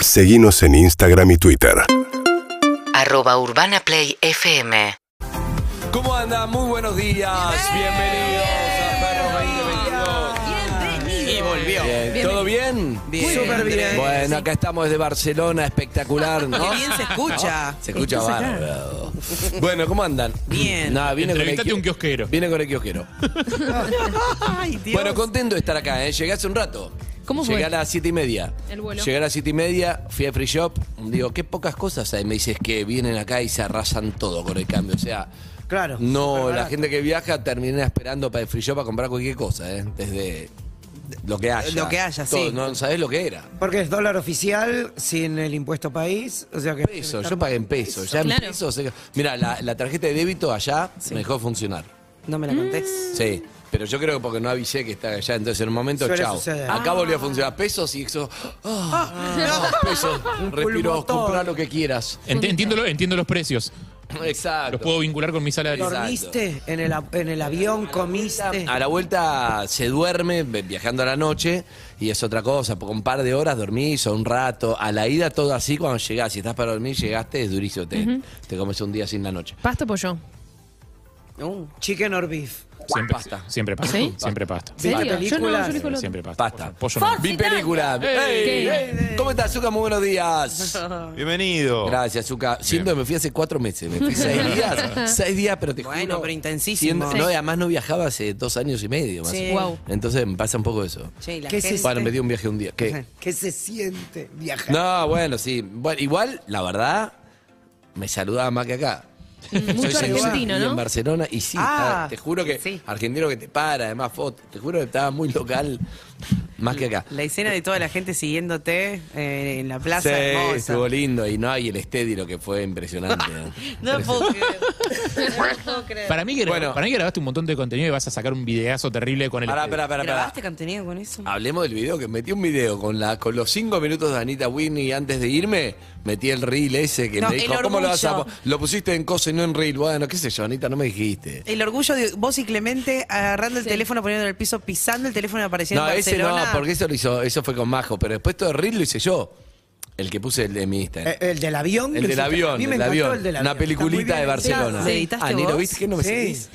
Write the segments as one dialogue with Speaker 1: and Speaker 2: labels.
Speaker 1: Seguimos en Instagram y Twitter.
Speaker 2: arroba urbanaplayfm
Speaker 3: ¿Cómo andan? Muy buenos días. Bienvenidos a Perros 2022.
Speaker 4: Y volvió.
Speaker 3: Bien, ¿Todo bien?
Speaker 4: Bien. Súper bien.
Speaker 3: Bueno, acá estamos desde Barcelona, espectacular, ¿no?
Speaker 4: Qué bien se escucha.
Speaker 3: Se escucha bárbaro. Bueno, ¿cómo andan?
Speaker 4: Bien.
Speaker 3: Nada, vine con el
Speaker 5: Entrevistate
Speaker 3: qui-
Speaker 5: un kiosquero.
Speaker 3: Vine con el kiosquero.
Speaker 4: Ay, Dios.
Speaker 3: Bueno, contento de estar acá, ¿eh? Llegué hace un rato.
Speaker 6: ¿Cómo fue?
Speaker 3: Llegué a las siete y media.
Speaker 6: El vuelo.
Speaker 3: Llegué a las siete y media, fui a Free Shop, digo, qué pocas cosas hay. Me dices que vienen acá y se arrasan todo con el cambio. O sea,
Speaker 4: Claro,
Speaker 3: No, la gente que viaja termina esperando para el Free Shop para comprar cualquier cosa, ¿eh? Desde lo que haya.
Speaker 4: Lo que haya, sí.
Speaker 3: Todo, No sabés lo que era.
Speaker 7: Porque es dólar oficial sin el impuesto país, o sea que
Speaker 3: Peso, yo pagué en pesos. Ya en
Speaker 6: Claro.
Speaker 3: pesos. eh, Mira, la, la tarjeta de débito allá me dejó funcionar.
Speaker 7: no me
Speaker 4: Mm.
Speaker 7: la contés.
Speaker 3: Sí. Pero yo creo que porque no avisé que estaba allá, entonces en un momento,
Speaker 7: Suele
Speaker 3: chao.
Speaker 7: suceder.
Speaker 3: Acá volvió a funcionar pesos y eso. ah, no, pesos. Respiró,
Speaker 7: pulmotón.
Speaker 3: comprar lo que quieras.
Speaker 5: Ent- entiendo, lo- entiendo los precios. Los puedo
Speaker 3: Exacto.
Speaker 5: vincular con mi sala de
Speaker 3: Exacto.
Speaker 7: ¿Dormiste en el, a- en el avión? ¿Comiste?
Speaker 3: A la vuelta se duerme ve- viajando a la noche y es otra cosa. porque un par de horas dormís o un rato. A la ida todo así cuando llegás. Si estás para dormir, llegaste, es durísimo. Te, te comes un día sin la noche.
Speaker 6: Pasto pollo.
Speaker 7: Uh, chicken or beef.
Speaker 5: Siempre
Speaker 3: Pasta.
Speaker 5: Siempre pasta.
Speaker 6: ¿Sí?
Speaker 5: Siempre pasta.
Speaker 6: ¿En serio? Yo no, yo
Speaker 7: películas.
Speaker 6: elijo el otro.
Speaker 5: Siempre pasta.
Speaker 3: Pasta.
Speaker 5: Pollo
Speaker 4: Ah,
Speaker 5: no.
Speaker 3: Vi película. Ey, ey, ¿Cómo estás, Zuka? Muy buenos días.
Speaker 8: Bienvenido.
Speaker 3: Gracias, Zuka. Siento que me fui hace cuatro meses. Me fui seis días. Seis días, pero te
Speaker 4: Bueno,
Speaker 3: juro,
Speaker 4: pero intensísimo.
Speaker 3: siendo- No, y además no viajaba hace dos años y medio. Más o
Speaker 4: Sí.
Speaker 3: menos.
Speaker 6: Guau.
Speaker 3: Entonces me pasa un poco eso.
Speaker 4: Che, la
Speaker 7: ¿Qué
Speaker 4: gente-
Speaker 7: es
Speaker 3: Bueno, me dio un viaje un día. ¿Qué?
Speaker 7: ¿Qué se siente viajar?
Speaker 3: No, bueno, sí. Bueno, igual, la verdad, me saludaba más que acá.
Speaker 4: Mm,
Speaker 6: mucho
Speaker 3: Soy
Speaker 6: argentino,
Speaker 3: y
Speaker 6: ¿no?
Speaker 3: en Barcelona, y sí,
Speaker 4: Ah,
Speaker 3: está- te juro que
Speaker 4: sí.
Speaker 3: argentino que te para, además foto, te juro que estaba muy local, más que acá.
Speaker 4: La escena de toda la gente siguiéndote eh, en la
Speaker 3: Sí,
Speaker 4: plaza hermosa.
Speaker 3: estuvo lindo, y no, y el estadio que fue impresionante. ¿no?
Speaker 4: No puedo creer. No puedo creer.
Speaker 5: Para mí, que gra-
Speaker 3: Bueno.
Speaker 5: para mí grabaste un montón de contenido y vas a sacar un videazo terrible con el.
Speaker 3: Pará, pará, Ah. pará, pará.
Speaker 4: ¿Grabaste contenido con eso?
Speaker 3: Hablemos del video, que metí un video con la con los cinco minutos de Anita Whitney antes de irme, metí el reel ese que
Speaker 4: No,
Speaker 3: me dijo,
Speaker 4: el
Speaker 3: ¿cómo lo vas a
Speaker 4: orgullo.
Speaker 3: po- Lo pusiste en cosa y no en reel, bueno, qué sé yo, Anita, no me dijiste.
Speaker 4: El orgullo de vos y Clemente agarrando el teléfono, poniendo en el piso, pisando el teléfono y apareciendo
Speaker 3: No,
Speaker 4: en
Speaker 3: ese no,
Speaker 4: Barcelona.
Speaker 3: porque eso lo hizo, eso fue con Majo, pero después todo el reel lo hice yo. El que puse el de mi Instagram.
Speaker 7: Eh, ¿El del avión?
Speaker 3: el del avión,
Speaker 7: A mí me
Speaker 3: del
Speaker 7: encantó
Speaker 3: avión,
Speaker 7: el del avión.
Speaker 3: Una peliculita de Barcelona.
Speaker 4: ¿Se editaste
Speaker 3: ah, ni lo
Speaker 4: vos?
Speaker 3: viste, que no me
Speaker 7: Sí.
Speaker 3: seguís.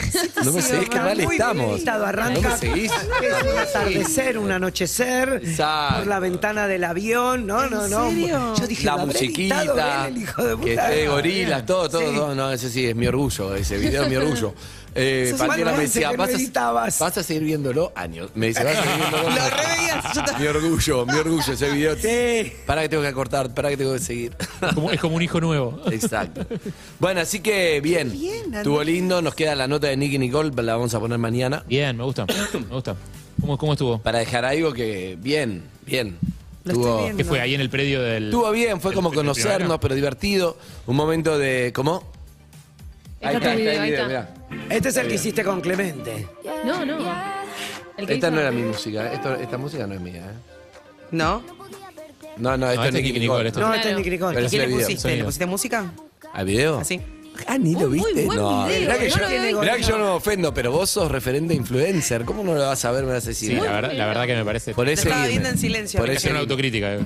Speaker 3: No me seguís, que mal
Speaker 7: Muy bien
Speaker 3: estamos.
Speaker 7: editado, arranca.
Speaker 3: No me seguís.
Speaker 7: Es un atardecer, un anochecer,
Speaker 3: Exacto.
Speaker 7: por la ventana del avión. No, no, no.
Speaker 4: serio?
Speaker 7: Yo dije,
Speaker 3: La
Speaker 7: ¿lo habrá editado
Speaker 3: musiquita,
Speaker 7: él, el hijo de
Speaker 3: que
Speaker 7: puta?
Speaker 3: esté gorilas, todo, todo,
Speaker 7: Sí.
Speaker 3: todo. No, ese sí, es mi orgullo, ese video es mi orgullo. Eh,
Speaker 7: Sos
Speaker 3: Pantera
Speaker 7: un
Speaker 3: me decía,
Speaker 7: avance que no
Speaker 3: vas
Speaker 7: editabas".
Speaker 3: a, vas a seguir viéndolo años. Me dice, vas a seguir viéndolo
Speaker 4: Lo
Speaker 3: años".
Speaker 4: reveías, yo
Speaker 3: Mi
Speaker 4: también.
Speaker 3: orgullo, mi orgullo, ese video.
Speaker 7: Sí.
Speaker 3: Para que tengo que cortar, para que tengo que seguir.
Speaker 5: Es como, es como un hijo nuevo.
Speaker 3: Exacto. Bueno, así que bien.
Speaker 4: Bien,
Speaker 3: Estuvo lindo. Nos queda la nota de Nicky Nicole. La vamos a poner mañana.
Speaker 5: Bien, me gusta. Me gusta. ¿Cómo, cómo estuvo?
Speaker 3: Para dejar algo que. Bien, bien.
Speaker 4: Lo
Speaker 3: Estuvo-
Speaker 4: estoy viendo.
Speaker 5: ¿Qué fue ahí en el predio del.
Speaker 3: Estuvo bien, fue
Speaker 5: del-
Speaker 3: como
Speaker 5: del
Speaker 3: conocernos,
Speaker 5: primavera?
Speaker 3: pero divertido. Un momento de. ¿Cómo?
Speaker 6: Está otro video, ahí está.
Speaker 3: mirá.
Speaker 7: Este es el que hiciste con Clemente.
Speaker 6: No, no. El que
Speaker 3: Esta
Speaker 6: hizo-
Speaker 3: no era mi música. eh. Esto- esta música no es mía. eh.
Speaker 4: ¿No?
Speaker 3: No, no, esta
Speaker 5: No,
Speaker 3: es Nicky Nicole.
Speaker 5: esto.
Speaker 7: No, este es
Speaker 6: Claro.
Speaker 7: Nicky Nicole.
Speaker 3: Pero
Speaker 4: ¿Qué le
Speaker 3: el video,
Speaker 4: pusiste? ¿Le
Speaker 5: sonido.
Speaker 4: pusiste música?
Speaker 5: este.
Speaker 3: ¿Al video?
Speaker 4: Así.
Speaker 3: Ah, ni lo
Speaker 6: Uy, muy
Speaker 3: viste.
Speaker 6: buen
Speaker 3: no,
Speaker 6: video,
Speaker 3: mirá que,
Speaker 6: no
Speaker 3: yo,
Speaker 6: lo había visto.
Speaker 3: mirá que yo no me ofendo, pero vos sos referente influencer. ¿Cómo no lo vas a ver? Me vas a decir.
Speaker 5: Sí, la verdad, la verdad que me parece.
Speaker 3: Por
Speaker 5: Hay
Speaker 3: eso.
Speaker 4: Te estaba viendo en silencio,
Speaker 3: Por
Speaker 5: que hacer una
Speaker 3: eso.
Speaker 5: autocrítica. eh.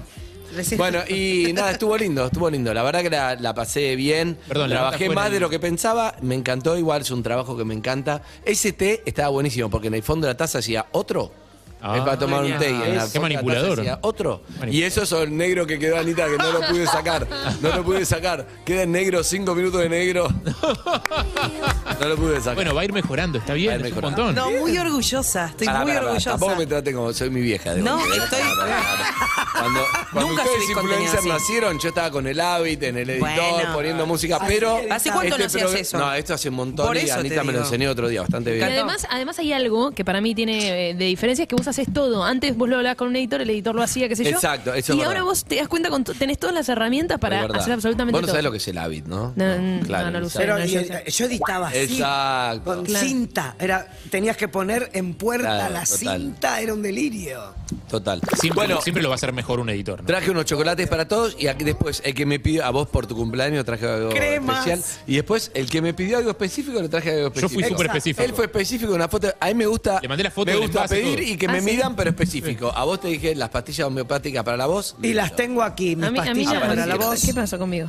Speaker 4: Recién-
Speaker 3: Bueno, y nada, estuvo lindo, estuvo lindo. La verdad que la, la pasé bien.
Speaker 5: Perdón, la nota
Speaker 3: Trabajé
Speaker 5: fue
Speaker 3: más
Speaker 5: en el-
Speaker 3: de lo que pensaba, me encantó igual, es un trabajo que me encanta. Ese té estaba buenísimo porque en el fondo de la taza hacía otro.
Speaker 5: Ah,
Speaker 3: es para tomar un té. Y en la fondo
Speaker 5: qué
Speaker 3: de la taza
Speaker 5: manipulador.
Speaker 3: hacía otro.
Speaker 5: Manipulador.
Speaker 3: Y eso es el negro que quedó Anita, que no lo pude sacar. No lo pude sacar. Queda en negro, cinco minutos de negro. No lo pude sacar.
Speaker 5: Bueno, va a ir mejorando, está bien,
Speaker 3: Va a ir
Speaker 5: es un
Speaker 3: mejorando.
Speaker 5: montón.
Speaker 4: No, muy orgullosa. Estoy
Speaker 3: Pará,
Speaker 4: muy
Speaker 3: pará, pará,
Speaker 4: orgullosa.
Speaker 3: Tampoco me traten como soy mi vieja. de
Speaker 4: No,
Speaker 3: golpe, ¿eh?
Speaker 4: estoy-
Speaker 3: Pará, pará, pará. Cuando, cuando
Speaker 4: Nunca
Speaker 3: ustedes
Speaker 4: subí contenido
Speaker 3: influencers
Speaker 4: así.
Speaker 3: nacieron, yo estaba con el hábit, en el editor,
Speaker 4: Bueno.
Speaker 3: poniendo música, pero...
Speaker 4: ¿Hace cuánto no hacías
Speaker 3: prog-
Speaker 4: eso?
Speaker 3: No, esto hace un montón
Speaker 4: Por
Speaker 3: y
Speaker 4: eso te
Speaker 3: Anita me lo
Speaker 4: digo.
Speaker 3: enseñó otro día, bastante
Speaker 6: Y
Speaker 3: bien.
Speaker 6: además, además hay algo que para mí tiene eh, de diferencia es que vos haces todo. Antes vos lo hablabas con un editor, el editor lo hacía, qué sé yo.
Speaker 3: Exacto, eso es
Speaker 6: Y ahora
Speaker 3: verdad.
Speaker 6: vos te das cuenta, con to- tenés todas las herramientas
Speaker 3: Es
Speaker 6: para
Speaker 3: verdad.
Speaker 6: hacer absolutamente
Speaker 3: Vos no
Speaker 6: todo.
Speaker 3: sabés lo que es el hábit, ¿no?
Speaker 6: No, no, no lo
Speaker 3: sabés.
Speaker 6: usé.
Speaker 7: Pero
Speaker 6: no,
Speaker 7: y-
Speaker 6: yo
Speaker 7: eh, yo editaba
Speaker 3: Eh, Exacto.
Speaker 7: con
Speaker 6: Claro.
Speaker 7: cinta. Era, tenías que poner en puerta
Speaker 3: Claro,
Speaker 7: la
Speaker 3: total.
Speaker 7: cinta, era un delirio.
Speaker 3: Total.
Speaker 5: Siempre,
Speaker 3: bueno,
Speaker 5: siempre lo va a hacer mejor un editor. ¿no?
Speaker 3: traje unos chocolates para todos y aquí después el que me pidió a vos por tu cumpleaños traje algo
Speaker 7: Cremas.
Speaker 3: especial. Y después el que me pidió algo específico le traje algo específico.
Speaker 5: fui súper específico.
Speaker 3: Él fue específico, una foto. A mí me gusta.
Speaker 5: Le mandé la foto
Speaker 3: Me
Speaker 5: del
Speaker 3: gusta
Speaker 5: envase,
Speaker 3: pedir
Speaker 5: todo.
Speaker 3: y que me
Speaker 6: Ah, ¿sí?
Speaker 3: midan, pero específico. A vos te dije las pastillas homeopáticas para la voz.
Speaker 7: Y las tengo aquí, mis
Speaker 6: A mí, a mí
Speaker 7: pastillas
Speaker 6: ya
Speaker 7: para
Speaker 6: me-
Speaker 7: la voz.
Speaker 6: ¿Qué pasó conmigo?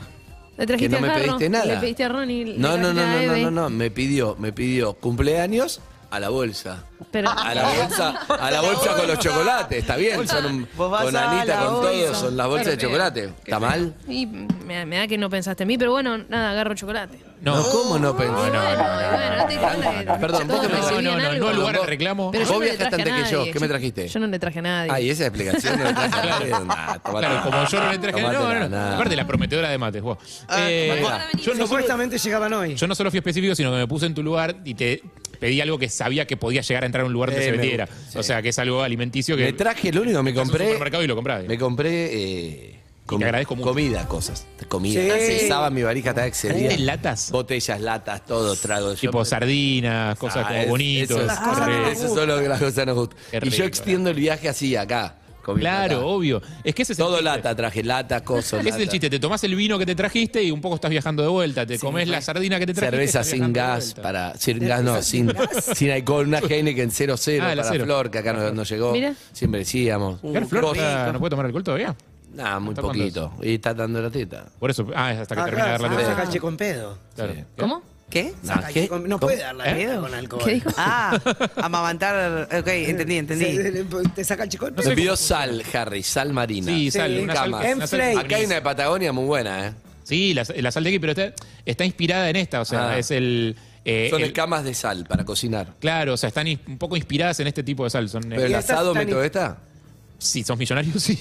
Speaker 6: ¿Le
Speaker 3: Que
Speaker 6: trajiste
Speaker 3: no me
Speaker 6: a Jarro?
Speaker 3: pediste nada.
Speaker 6: ¿Le pediste a Ronnie? ¿Le
Speaker 3: No, no, no,
Speaker 6: trajiste a
Speaker 3: no, no,
Speaker 6: Eve?
Speaker 3: no, no. Me pidió, me pidió cumpleaños a la bolsa.
Speaker 6: Pero-
Speaker 3: a la bolsa, a la bolsa con los chocolates, está bien, son un-
Speaker 7: Vos vas
Speaker 3: con
Speaker 7: a
Speaker 3: Anita,
Speaker 7: la
Speaker 3: con todo,
Speaker 7: bolsa.
Speaker 3: son las bolsas de
Speaker 6: Perfecto.
Speaker 3: chocolate. ¿Está mal?
Speaker 6: Y me, me da que no pensaste en mí, pero bueno, nada, agarro chocolate.
Speaker 5: No,
Speaker 3: No, ¿cómo no
Speaker 6: Bueno,
Speaker 3: pensé?
Speaker 5: no, no,
Speaker 6: bueno, no te di cuenta que
Speaker 3: Perdón, vos
Speaker 6: todos
Speaker 3: que me
Speaker 6: me
Speaker 5: no,
Speaker 6: sirvían
Speaker 5: no, no,
Speaker 6: algo.
Speaker 5: no al lugar al
Speaker 3: Vos-
Speaker 5: reclamo.
Speaker 6: Pero yo
Speaker 3: vos
Speaker 6: no le
Speaker 3: viajaste
Speaker 6: traje a
Speaker 3: antes que yo,
Speaker 6: nadie.
Speaker 3: ¿qué me trajiste?
Speaker 6: Yo no le traje a nadie.
Speaker 3: Ay, Ah, esa explicación no Ah, la traes a nadie. Nah, tomátela.
Speaker 5: Claro, como yo no le traje. No,
Speaker 3: Tomátela,
Speaker 5: no, no.
Speaker 3: nah.
Speaker 5: Aparte, la prometedora de mates, vos.
Speaker 7: Ah,
Speaker 5: Eh, yo, no solo,
Speaker 7: Supuestamente llegaban hoy.
Speaker 5: yo no solo fui específico, sino que me puse en tu lugar y te pedí algo que sabía que podía llegar a entrar a un lugar donde
Speaker 3: Eh,
Speaker 5: se
Speaker 3: me
Speaker 5: vendiera.
Speaker 3: gusta, sí.
Speaker 5: O sea, que es algo alimenticio que.
Speaker 3: Me traje lo único que me
Speaker 5: Estás en un
Speaker 3: compré.
Speaker 5: supermercado y lo comprás.
Speaker 3: Me compré. eh, comi-
Speaker 5: agradezco mucho.
Speaker 3: Comida, cosas. Comida.
Speaker 7: Sí.
Speaker 3: Pesaba mi varija, estaba excedida.
Speaker 5: ¿Tenés latas?
Speaker 3: Botellas, latas, todo, trago. Yo
Speaker 5: Tipo
Speaker 3: me-
Speaker 5: sardinas, cosas
Speaker 3: Ah,
Speaker 5: como
Speaker 3: es-
Speaker 5: bonitos.
Speaker 3: Eso, es,
Speaker 5: cosas
Speaker 7: cosas
Speaker 5: que-
Speaker 7: que-
Speaker 3: eso es solo que las cosas nos gustan.
Speaker 5: Qué
Speaker 3: Y
Speaker 5: rico,
Speaker 3: yo extiendo el viaje así, acá. con mi
Speaker 5: Claro,
Speaker 3: lata.
Speaker 5: obvio. Es que ese es el
Speaker 3: Todo
Speaker 5: chiste.
Speaker 3: lata, traje lata, cosas.
Speaker 5: Ese es el chiste, te tomás el vino que te trajiste y un poco estás viajando de vuelta, te comes la sardina que te trajiste.
Speaker 3: Cerveza
Speaker 5: estás
Speaker 3: sin
Speaker 5: viajando de
Speaker 3: gas
Speaker 5: vuelta.
Speaker 3: para. Sin gas, no, sin, sin alcohol, una Heineken 0-0
Speaker 5: Ah, la
Speaker 3: para
Speaker 5: cero.
Speaker 3: Flor, que acá no, no llegó.
Speaker 6: Mira.
Speaker 3: Siempre decíamos.
Speaker 5: Claro, Flor,
Speaker 3: Cosas-
Speaker 5: ¿está- ¿No puede tomar alcohol todavía?
Speaker 3: Nah, muy
Speaker 5: ¿Hasta cuándo
Speaker 3: poquito. Y está dando la teta.
Speaker 5: Por eso, ah, es hasta que
Speaker 7: Ah,
Speaker 5: termina de dar
Speaker 7: claro,
Speaker 5: la
Speaker 7: se
Speaker 5: teta.
Speaker 7: saca el con pedo.
Speaker 5: Claro.
Speaker 6: ¿Cómo?
Speaker 4: ¿Qué?
Speaker 3: Nah,
Speaker 7: Saca el
Speaker 3: ¿qué?
Speaker 7: con- No
Speaker 3: ¿Cómo?
Speaker 7: puede dar la
Speaker 5: ¿Eh?
Speaker 7: pedo con alcohol.
Speaker 6: ¿Qué dijo?
Speaker 4: Ah, amamantar. Ok, entendí, entendí.
Speaker 7: Se- Te saca el chicón.
Speaker 3: Me pidió sal, Harry, sal marina.
Speaker 5: Sí, sal,
Speaker 7: Sí,
Speaker 5: una sal-
Speaker 3: camas.
Speaker 5: una
Speaker 7: En
Speaker 5: sal-
Speaker 7: flake.
Speaker 3: Acá hay una de Patagonia muy buena, ¿eh?
Speaker 5: Sí, la, la sal de aquí, pero está, está inspirada en esta, o sea,
Speaker 3: Ah.
Speaker 5: es el... eh,
Speaker 3: Son
Speaker 5: el- Eh,
Speaker 3: escamas de sal para cocinar.
Speaker 5: Claro, o sea, están in- un poco inspiradas en este tipo de sal. Son, eh,
Speaker 3: Pero el
Speaker 7: Y estas
Speaker 3: asado
Speaker 7: están
Speaker 3: meto esta.
Speaker 5: si sos millonario, sí.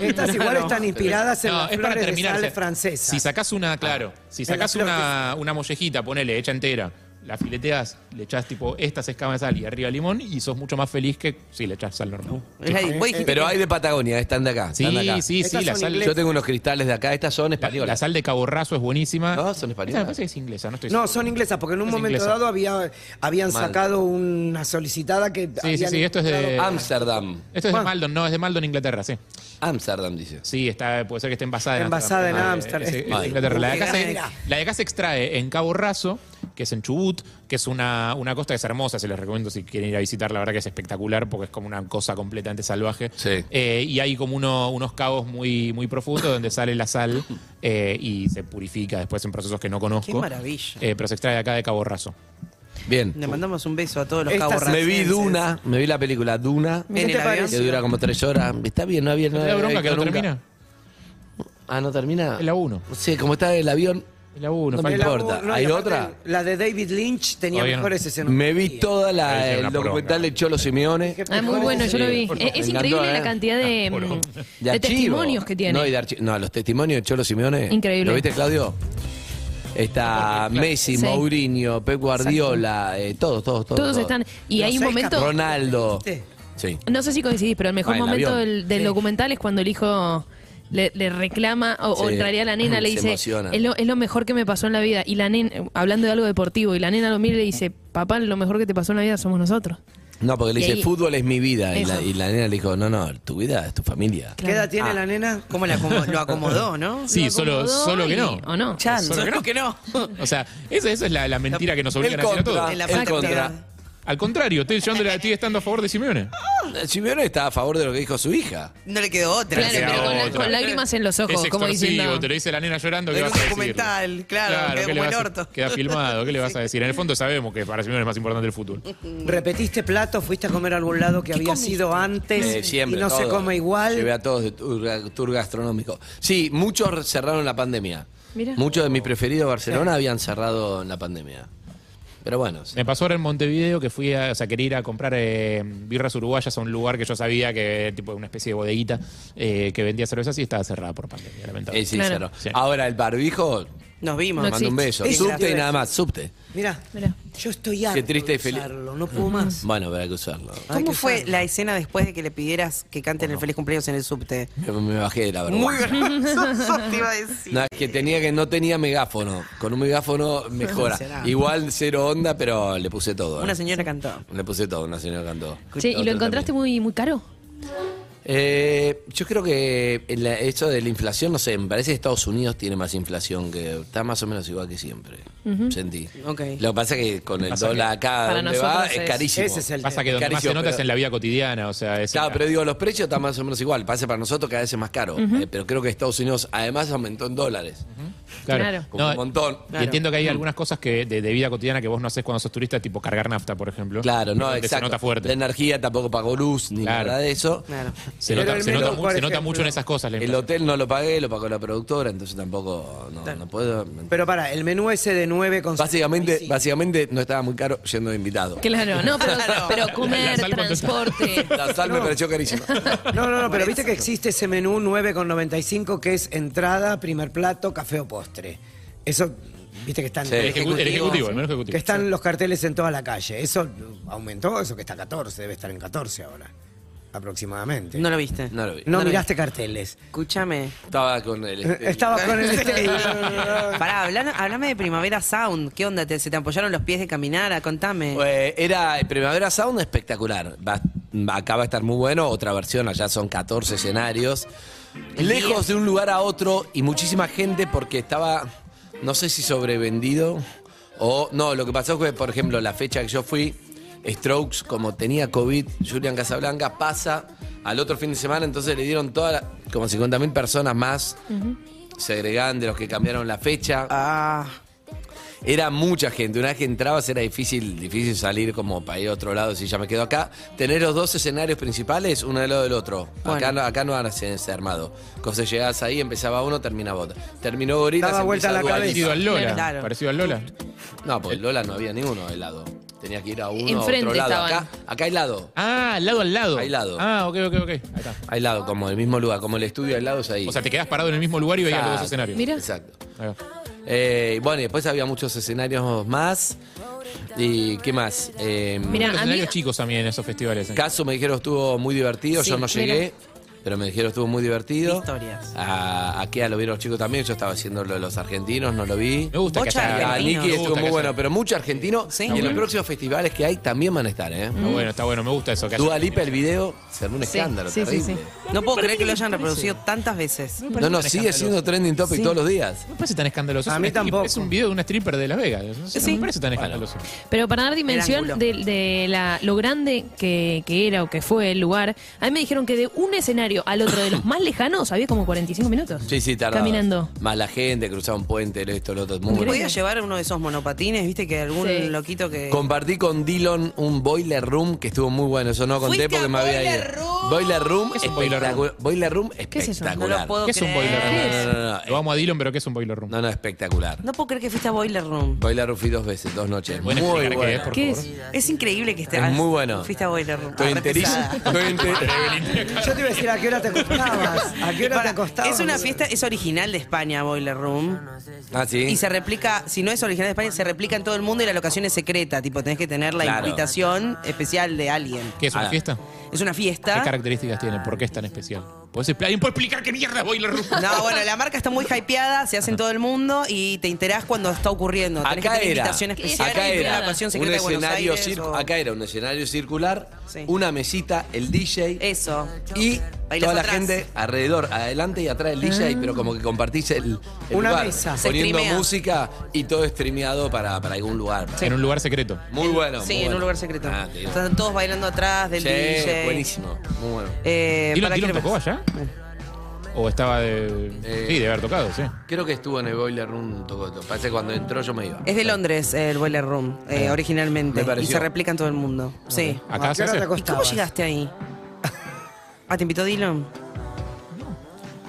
Speaker 7: Estas igual están inspiradas en
Speaker 5: No,
Speaker 7: las
Speaker 5: es para
Speaker 7: flores de
Speaker 5: terminar. o
Speaker 7: sal
Speaker 5: sea,
Speaker 7: francesa.
Speaker 5: Si sacás una,
Speaker 3: Ah.
Speaker 5: claro, si
Speaker 7: En la
Speaker 5: sacás
Speaker 7: flor
Speaker 5: una, una mollejita, ponele, hecha entera, la fileteás, le echás tipo estas escamas de sal y arriba limón y sos mucho más feliz que si le echás sal normal.
Speaker 4: Es ahí, vos dijiste
Speaker 3: Pero hay de Patagonia, eh, están de acá.
Speaker 5: Sí,
Speaker 3: Están de acá.
Speaker 5: sí, sí,
Speaker 7: Estas
Speaker 5: la
Speaker 7: son
Speaker 5: sal,
Speaker 7: inglesas.
Speaker 3: Yo tengo unos cristales de acá, estas son
Speaker 5: la, la
Speaker 3: españolas.
Speaker 5: sal de caborrazo es buenísima.
Speaker 3: No, son españolas.
Speaker 5: Esa Me parece que es inglesa, no estoy
Speaker 7: No, son inglesas, porque en un
Speaker 5: Es
Speaker 7: momento
Speaker 5: inglesa.
Speaker 7: dado había, habían
Speaker 3: Mal.
Speaker 7: sacado una solicitada que.
Speaker 5: Sí, sí,
Speaker 7: habían
Speaker 5: sí, esto es de...
Speaker 3: Amsterdam.
Speaker 5: Esto es de Maldon, no, es de Maldon, Inglaterra, sí.
Speaker 3: Amsterdam, dice.
Speaker 5: Sí, está, puede ser que esté envasada en
Speaker 7: Envasada en
Speaker 5: Ámsterdam.
Speaker 7: Ámsterdam.
Speaker 5: Eh, es- es-
Speaker 3: Mal.
Speaker 5: es Inglaterra. La de, acá se,
Speaker 7: Mira.
Speaker 5: la de acá se extrae en Cabo Raso, que es en Chubut, que es una, una costa que es hermosa, se les recomiendo si quieren ir a visitar, la verdad que es espectacular porque es como una cosa completamente salvaje.
Speaker 3: Sí.
Speaker 5: Eh, y hay como uno- unos cabos muy, muy profundos donde sale la sal eh, y se purifica después en procesos que no conozco.
Speaker 4: Qué maravilla.
Speaker 5: Eh, pero se extrae de acá de Cabo Raso.
Speaker 3: Bien.
Speaker 4: Le mandamos un beso a todos los
Speaker 7: Estas-
Speaker 4: cabos
Speaker 3: Me vi
Speaker 7: Franceses.
Speaker 3: Duna, me vi la película Duna,
Speaker 4: ¿Qué te
Speaker 7: ¿Qué te
Speaker 3: que
Speaker 4: parece?
Speaker 7: parece?
Speaker 3: dura como tres horas. Está bien, no había
Speaker 5: ¿No
Speaker 3: nada.
Speaker 5: te da bronca que no termina?
Speaker 3: Ah, no termina.
Speaker 5: Es la uno.
Speaker 3: Sí, como está el avión.
Speaker 5: Es la uno,
Speaker 3: No me
Speaker 5: Fran.
Speaker 7: La-
Speaker 3: importa.
Speaker 7: no, y
Speaker 3: ¿Hay
Speaker 7: aparte,
Speaker 3: otra?
Speaker 7: La de David Lynch tenía
Speaker 5: Todavía no.
Speaker 7: mejores escenas.
Speaker 3: Me vi toda
Speaker 5: Ahí
Speaker 3: la,
Speaker 5: tiene una
Speaker 3: el documental
Speaker 5: poronga.
Speaker 3: de Cholo Simeone.
Speaker 6: Ah, es muy bueno, yo lo vi.
Speaker 3: Sí,
Speaker 6: Es,
Speaker 3: por
Speaker 6: es
Speaker 3: favor. Me
Speaker 6: increíble
Speaker 3: encantó,
Speaker 6: la
Speaker 3: ¿eh?
Speaker 6: cantidad de, mm,
Speaker 3: de
Speaker 6: de
Speaker 3: archivo.
Speaker 6: testimonios que tiene.
Speaker 3: No, y de archi- no, los testimonios de Cholo Simeone.
Speaker 6: Increíble.
Speaker 3: ¿Lo viste, Claudio? Está Messi,
Speaker 6: Sí.
Speaker 3: Mourinho, Pep Guardiola, eh, todos, todos, todos.
Speaker 6: Todos están. Y hay un
Speaker 7: seis
Speaker 6: momento.
Speaker 3: Ronaldo.
Speaker 7: ¿Viste?
Speaker 3: Sí.
Speaker 6: No sé si coincidís, pero el mejor
Speaker 3: Ah, el
Speaker 6: momento
Speaker 3: avión.
Speaker 6: del, del documental es cuando el hijo le, le reclama, o, o
Speaker 3: Sí.
Speaker 6: en realidad la nena le
Speaker 3: Se
Speaker 6: dice,
Speaker 3: emociona.
Speaker 6: es lo, es lo mejor que me pasó en la vida. Y la nena, hablando de algo deportivo, y la nena lo mira y le dice, papá, lo mejor que te pasó en la vida somos nosotros.
Speaker 3: No, porque le
Speaker 6: Y
Speaker 3: dice,
Speaker 6: ahí-
Speaker 3: fútbol es mi vida. Y
Speaker 6: Eso.
Speaker 3: la, y la nena le dijo, no, no, tu vida es tu familia.
Speaker 7: ¿Qué edad
Speaker 3: Ah.
Speaker 7: tiene la nena?
Speaker 4: ¿Cómo la acomo- lo acomodó, no?
Speaker 5: Sí,
Speaker 6: Lo
Speaker 5: solo,
Speaker 6: acomodó
Speaker 5: solo que
Speaker 6: y-
Speaker 5: no.
Speaker 6: ¿O no?
Speaker 4: Chan,
Speaker 5: Solo que no.
Speaker 4: que no.
Speaker 5: O sea, esa, esa es la, la mentira que nos obligan
Speaker 3: El
Speaker 5: a hacer a
Speaker 3: contra,
Speaker 5: todos.
Speaker 4: En la
Speaker 3: el
Speaker 4: práctica.
Speaker 3: contra.
Speaker 5: Al contrario, estoy llevándole a ti estando a favor de Simeone.
Speaker 3: Eh, Simeone está a favor de lo que dijo su hija.
Speaker 4: No le quedó otra.
Speaker 6: Claro,
Speaker 5: Gracias
Speaker 6: pero
Speaker 5: a
Speaker 6: con, la-
Speaker 5: otra.
Speaker 6: con lágrimas en los ojos,
Speaker 5: es
Speaker 6: como
Speaker 5: extorsivo,
Speaker 6: diciendo.
Speaker 5: te lo dice la nena llorando. ¿qué
Speaker 4: En
Speaker 5: vas
Speaker 4: un
Speaker 5: a decir?
Speaker 4: documental, claro, queda
Speaker 5: ¿qué
Speaker 4: como
Speaker 5: le
Speaker 4: el
Speaker 5: vas a-
Speaker 4: orto.
Speaker 5: Queda filmado, ¿qué le vas a decir? En el fondo sabemos que para Simeone es más importante el fútbol.
Speaker 7: ¿Repetiste plato? ¿Fuiste a comer a algún lado que había sido antes
Speaker 3: Eh, siempre,
Speaker 7: y no se
Speaker 3: todo. Llevé
Speaker 7: come igual?
Speaker 3: a todos de tour, tour gastronómico. Sí, muchos cerraron la pandemia.
Speaker 6: Mirá.
Speaker 3: Muchos
Speaker 4: Oh.
Speaker 3: de mis preferidos de Barcelona habían cerrado en la pandemia. Pero bueno, sí.
Speaker 5: Me pasó ahora en Montevideo que fui a, o sea, quería ir a comprar eh, birras uruguayas a un lugar que yo sabía que tipo una especie de bodeguita eh, que vendía cervezas y estaba cerrada por pandemia, lamentablemente.
Speaker 3: Eh, sí,
Speaker 6: Claro.
Speaker 3: cerró.
Speaker 5: Sí.
Speaker 3: Ahora el barbijo
Speaker 4: Nos vimos.
Speaker 6: No
Speaker 3: Mando un
Speaker 6: existe.
Speaker 3: beso.
Speaker 7: Esa
Speaker 3: Subte
Speaker 7: te
Speaker 3: y
Speaker 7: iba a
Speaker 3: nada
Speaker 7: decir.
Speaker 3: más, subte.
Speaker 7: Mirá,
Speaker 6: Mirá.
Speaker 7: yo estoy harto
Speaker 3: triste
Speaker 7: de
Speaker 3: y feliz.
Speaker 7: usarlo, no puedo más.
Speaker 3: Bueno, habrá que usarlo.
Speaker 4: ¿Cómo
Speaker 7: que
Speaker 4: fue
Speaker 7: usarlo.
Speaker 4: la escena después de que le pidieras que canten el feliz cumpleaños en el subte?
Speaker 3: Me, me bajé de la
Speaker 4: Muy
Speaker 3: vergüenza.
Speaker 4: vergonzoso, te iba a decir.
Speaker 3: No, es que tenía que no tenía megáfono. Con un megáfono mejora.
Speaker 7: Será.
Speaker 3: Igual cero onda, pero le puse todo. ¿eh?
Speaker 4: Una señora cantó.
Speaker 3: Le puse todo, una señora cantó.
Speaker 6: Che, ¿y
Speaker 3: Otro
Speaker 6: lo encontraste
Speaker 3: también.
Speaker 6: muy, muy caro?
Speaker 3: Eh, yo creo que el hecho de la inflación, no sé, me parece que Estados Unidos tiene más inflación que está más o menos igual que siempre. Sentí.
Speaker 4: Ok.
Speaker 3: Lo que pasa es que con el
Speaker 5: Pasa que
Speaker 3: dólar acá
Speaker 6: para
Speaker 3: donde
Speaker 6: nosotros
Speaker 3: va
Speaker 6: es-
Speaker 3: es, carísimo.
Speaker 7: Ese es el
Speaker 5: Pasa que donde más
Speaker 3: Carísimo,
Speaker 5: se nota es
Speaker 3: pero-
Speaker 5: en la vida cotidiana, o sea, es
Speaker 3: Claro,
Speaker 5: la-
Speaker 3: pero digo, los precios están más o menos igual. Pasa para nosotros cada vez es más caro. Eh, pero creo que Estados Unidos además aumentó en dólares.
Speaker 6: Claro.
Speaker 3: Como
Speaker 5: eh,
Speaker 3: un montón.
Speaker 5: Y entiendo que hay algunas cosas que de, de vida cotidiana que vos no haces cuando sos turista, tipo cargar nafta, por ejemplo.
Speaker 3: Claro, no,
Speaker 5: Donde
Speaker 3: exacto.
Speaker 5: Se nota
Speaker 3: La
Speaker 5: fuerte.
Speaker 3: energía tampoco pagó luz ni
Speaker 5: Claro.
Speaker 3: nada de eso.
Speaker 4: Claro.
Speaker 5: Se,
Speaker 7: Pero
Speaker 5: nota,
Speaker 7: el
Speaker 5: se nota
Speaker 7: menú,
Speaker 5: mu-
Speaker 7: por
Speaker 5: se nota
Speaker 7: ejemplo.
Speaker 5: mucho en esas cosas. la
Speaker 3: El
Speaker 5: inflación.
Speaker 3: hotel no lo pagué, lo pagó la productora, entonces tampoco no, no puedo.
Speaker 7: Pero para, el menú ese de 9 con
Speaker 3: Básicamente, básicamente no estaba muy caro yendo de invitado.
Speaker 6: Claro, no, pero, pero
Speaker 5: La
Speaker 6: comer,
Speaker 5: sal cuando está-
Speaker 6: transporte.
Speaker 3: La sal me pareció carísima.
Speaker 7: No, no, no, pero viste que existe ese menú 9,95 que es entrada, primer plato, café o postre. Eso, viste que están...
Speaker 3: Sí.
Speaker 5: El ejecu- el ejecutivo, el menú ejecutivo.
Speaker 7: Que están los carteles en toda la calle. Eso aumentó, eso que está a 14, debe estar en 14 ahora, aproximadamente.
Speaker 4: No lo viste.
Speaker 3: No lo vi.
Speaker 7: No
Speaker 4: no
Speaker 7: miraste carteles.
Speaker 4: Escúchame.
Speaker 3: Estaba con el. este,
Speaker 7: Estaba con el...
Speaker 4: Pará, hablan- hablame de Primavera Sound. ¿Qué onda? ¿Te- ¿Se te apoyaron los pies de caminar? Ah, Contame.
Speaker 3: Eh, era Primavera Sound espectacular. Va- acá va a estar muy bueno. Otra versión, allá son 14 escenarios. Lejos de un lugar a otro y muchísima gente porque estaba, no sé si sobrevendido o. No, lo que pasó fue, por ejemplo, la fecha que yo fui, Strokes, como tenía COVID, Julian Casablanca pasa al otro fin de semana, entonces le dieron toda la- como 50.000 personas más. Se agregaban de los que cambiaron la fecha.
Speaker 4: Ah,
Speaker 3: Era mucha gente. Una vez que entrabas era difícil, difícil salir como para ir a otro lado si ya me quedo acá. Tener los dos escenarios principales, uno del lado del otro. Acá,
Speaker 4: Bueno.
Speaker 3: no, acá no han se, se armado. Entonces llegabas ahí, empezaba uno, terminaba otro. Terminó Gorita,
Speaker 7: Daba vuelta la cabeza.
Speaker 5: Parecido al Lola.
Speaker 4: Claro.
Speaker 5: Parecido al Lola.
Speaker 3: No, pues Lola no había ninguno del lado. Tenías que ir a uno a
Speaker 6: Enfrente
Speaker 3: otro lado.
Speaker 6: estaban.
Speaker 3: Acá, acá hay lado.
Speaker 5: Ah, al lado al lado.
Speaker 3: Al lado.
Speaker 5: Ah, ok, ok, ok. Ahí está.
Speaker 3: Hay lado, como el mismo lugar, como el estudio al lado es ahí.
Speaker 5: O sea, te quedás parado en el mismo lugar y veías los dos
Speaker 3: Exacto.
Speaker 5: escenarios.
Speaker 6: Mira.
Speaker 3: Exacto.
Speaker 5: Ahí va.
Speaker 3: Eh, bueno, y después había muchos escenarios más. ¿Y qué más? Eh,
Speaker 6: Mira,
Speaker 5: Los
Speaker 6: a mí,
Speaker 5: escenarios chicos también en esos festivales. eh.
Speaker 3: Caso me dijeron estuvo muy divertido, yo no llegué, pero me dijeron estuvo muy divertido.
Speaker 4: Historias.
Speaker 3: A, a Kea lo vieron los chicos también, yo estaba haciendo lo de los argentinos, no lo vi.
Speaker 5: Me gusta que
Speaker 4: Bocha
Speaker 5: haya-
Speaker 3: A
Speaker 4: argentinos.
Speaker 3: Nicky
Speaker 5: Me
Speaker 3: estuvo
Speaker 5: gusta
Speaker 3: muy
Speaker 5: que
Speaker 3: bueno,
Speaker 5: haya-
Speaker 3: pero mucho argentino.
Speaker 4: Sí.
Speaker 3: Y en los
Speaker 4: Bueno.
Speaker 3: próximos festivales que hay también van a estar, ¿eh?
Speaker 5: Está bueno, está bueno. Me gusta eso. que haya-
Speaker 3: Dua Lipa, el video, se armó un
Speaker 6: Sí,
Speaker 3: escándalo
Speaker 6: sí, sí,
Speaker 3: terrible.
Speaker 6: sí.
Speaker 4: no puedo creer que lo hayan reproducido tantas veces.
Speaker 3: No, no, sigue siendo trending topic todos los días.
Speaker 5: No me parece tan escandaloso.
Speaker 7: A
Speaker 5: Es
Speaker 7: mí
Speaker 5: una strip-
Speaker 7: tampoco.
Speaker 5: Es un video de una stripper de Las Vegas. No, sé, no
Speaker 4: Sí.
Speaker 5: me parece tan escandaloso.
Speaker 6: pero para dar dimensión
Speaker 4: ángulo.
Speaker 6: de, de la, lo grande que, que era o que fue el lugar, a mí me dijeron que de un escenario al otro, de los más lejanos, había como 45 minutos.
Speaker 3: Sí, sí, tardaba.
Speaker 6: Caminando.
Speaker 3: Más la gente, cruzaba un puente, esto, lo otro. Muy bueno.
Speaker 4: ¿Podías llevar uno de esos monopatines? ¿Viste que algún
Speaker 6: Sí.
Speaker 4: loquito que.
Speaker 3: Eh, Compartí con Dylan un boiler room que estuvo muy bueno. Eso no conté
Speaker 4: Fuiste
Speaker 3: porque
Speaker 4: a
Speaker 3: me había
Speaker 4: Boiler
Speaker 3: ido.
Speaker 4: Room.
Speaker 3: Boiler room
Speaker 5: ¿Qué es un boiler room?
Speaker 3: espectacular. Boiler room
Speaker 6: ¿Qué es eso?
Speaker 3: espectacular.
Speaker 4: no lo puedo
Speaker 5: ¿Qué es un
Speaker 4: creer.
Speaker 5: boiler room?
Speaker 3: No, no, no, no.
Speaker 5: Lo vamos a Dylan, pero ¿qué es un boiler room?
Speaker 3: No, no, espectacular.
Speaker 4: No puedo creer que fuiste a Boiler Room.
Speaker 3: Boiler room fui dos veces, dos noches. Muy
Speaker 5: ¿Pueden
Speaker 3: bueno.
Speaker 5: explicar qué es, por
Speaker 6: ¿Qué
Speaker 5: favor?
Speaker 6: es?
Speaker 4: Es increíble que estés.
Speaker 3: Es muy bueno.
Speaker 4: Fuiste a Boiler Room.
Speaker 3: Estoy
Speaker 4: Ah,
Speaker 3: enterísimo.
Speaker 4: repesada.
Speaker 3: Estoy enter-
Speaker 7: Yo te iba a decir a qué hora te acostabas. A qué hora te
Speaker 4: Pará,
Speaker 7: acostabas.
Speaker 4: es una fiesta, es original de España, Boiler Room.
Speaker 3: Ah, sí.
Speaker 4: Y se replica, si no es original de España, se replica en todo el mundo y la locación es secreta. Tipo, tenés que tener la
Speaker 3: Claro.
Speaker 4: invitación especial de alguien.
Speaker 5: ¿Qué es una
Speaker 3: Ah.
Speaker 5: fiesta?
Speaker 4: Es una
Speaker 5: ¿Qué
Speaker 4: fiesta.
Speaker 5: características tiene? ¿Por qué es tan especial?
Speaker 3: Pues
Speaker 5: ¿Puedes expl- ¿Alguien puede explicar qué mierda es boiler room?
Speaker 4: No, bueno, la marca está muy hypeada, se hace en todo el mundo y te enterás cuando está ocurriendo. Tenés que
Speaker 3: Acá
Speaker 4: tener
Speaker 3: era,
Speaker 4: invitación especial
Speaker 3: acá
Speaker 4: y tener
Speaker 3: era
Speaker 4: la pasión
Speaker 3: un
Speaker 4: secreta de Buenos
Speaker 3: escenario
Speaker 4: Aires
Speaker 3: cir-
Speaker 4: o-
Speaker 3: acá era un escenario circular,
Speaker 4: Sí.
Speaker 3: una mesita, el DJ
Speaker 4: Eso.
Speaker 3: y
Speaker 4: Bailas
Speaker 3: toda la
Speaker 4: atrás. Ah.
Speaker 3: gente alrededor, adelante y atrás del DJ, pero como que compartís el, el
Speaker 7: Una
Speaker 3: lugar,
Speaker 7: mesa.
Speaker 4: Se
Speaker 3: poniendo
Speaker 4: streamea.
Speaker 3: música y todo streameado para, para algún lugar.
Speaker 5: En un lugar secreto.
Speaker 3: Muy bueno.
Speaker 4: Sí,
Speaker 3: muy
Speaker 4: en
Speaker 3: bueno.
Speaker 4: un lugar secreto.
Speaker 3: Ah, te digo.
Speaker 4: Están todos bailando atrás del
Speaker 3: Sí,
Speaker 4: DJ.
Speaker 3: buenísimo, muy bueno.
Speaker 4: Eh,
Speaker 5: ¿Dylan
Speaker 4: ¿para qué
Speaker 5: Dylan
Speaker 4: lo
Speaker 5: tocó
Speaker 4: ves?
Speaker 5: allá? ¿O estaba de.?
Speaker 3: Eh.
Speaker 5: Sí, de haber tocado, sí.
Speaker 3: Creo que estuvo en el Boiler Room, tocó, tocó. Parece que cuando entró yo me iba.
Speaker 4: Es de Londres eh, el Boiler Room, eh, originalmente.
Speaker 3: Ah, me
Speaker 4: Y
Speaker 3: pareció.
Speaker 4: se replica en todo el mundo. Sí.
Speaker 5: Acá
Speaker 7: ¿A
Speaker 5: se
Speaker 7: qué
Speaker 5: hace.
Speaker 7: hora te
Speaker 4: ¿Y cómo
Speaker 7: acostabas?
Speaker 4: llegaste ahí? Ah, ¿te invitó Dylan?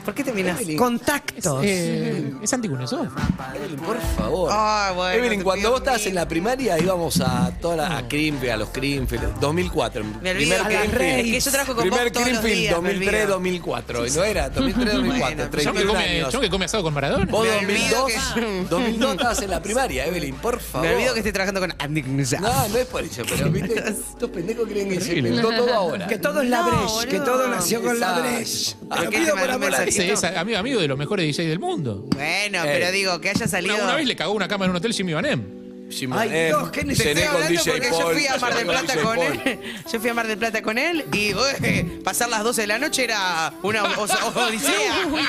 Speaker 4: ¿Por qué terminás?
Speaker 7: Contactos.
Speaker 5: Eh, es anticunesor.
Speaker 3: Evelyn, por favor.
Speaker 4: Ay, Ah, bueno,
Speaker 3: Evelyn,
Speaker 4: te
Speaker 3: cuando
Speaker 4: pido
Speaker 3: vos estabas
Speaker 4: mil.
Speaker 3: en la primaria íbamos a toda la, a Greenfield, a los Greenfield, 2004.
Speaker 4: Me olvido
Speaker 3: primer
Speaker 4: que-
Speaker 3: Greenfield.
Speaker 4: es que yo trabajo con
Speaker 3: primer
Speaker 4: vos todos los
Speaker 3: Greenfield,
Speaker 4: días, me
Speaker 3: 2003,
Speaker 4: olvido.
Speaker 3: 2004. Y no era, 2003, 2004.
Speaker 4: Bueno, pero
Speaker 5: Yo que
Speaker 3: 31
Speaker 5: come,
Speaker 3: años.
Speaker 5: yo que come asado con Maradona.
Speaker 3: Vos
Speaker 4: Me
Speaker 3: 2002,
Speaker 4: olvido
Speaker 3: 2002 estabas en la primaria, Evelyn, por favor.
Speaker 4: Me olvido que este estoy trabajando con Andy Knuzath.
Speaker 3: No, no es por eso, pero viste, estos pendejos creen que se
Speaker 5: Terrible.
Speaker 3: inventó todo ahora.
Speaker 7: Que todo es la
Speaker 4: No,
Speaker 7: breche, que
Speaker 4: boludo.
Speaker 7: todo nació con la
Speaker 3: Exacto.
Speaker 7: breche.
Speaker 4: ¿Por
Speaker 7: Te
Speaker 4: qué
Speaker 7: pido
Speaker 4: te
Speaker 7: por
Speaker 4: mandó
Speaker 7: amor
Speaker 4: un
Speaker 7: a Dios.
Speaker 5: Ese es amigo, amigo de los mejores DJs del mundo.
Speaker 4: Bueno,
Speaker 3: Eh.
Speaker 4: pero digo, que haya salido.
Speaker 5: Una, una vez le cagó una cama en un hotel Jimmy Vanem.
Speaker 3: Jim
Speaker 7: Ay,
Speaker 3: Beam,
Speaker 7: Dios, qué necesidad.
Speaker 3: cené
Speaker 4: Estoy
Speaker 3: con
Speaker 4: hablando
Speaker 3: DJ
Speaker 4: porque yo
Speaker 3: Paul,
Speaker 4: fui a Mar del
Speaker 3: cené
Speaker 4: Plata con
Speaker 3: DJ Paul.
Speaker 4: él. Yo fui a Mar del Plata con él y eh, pasar las 12 de la noche era una o- o- odisea.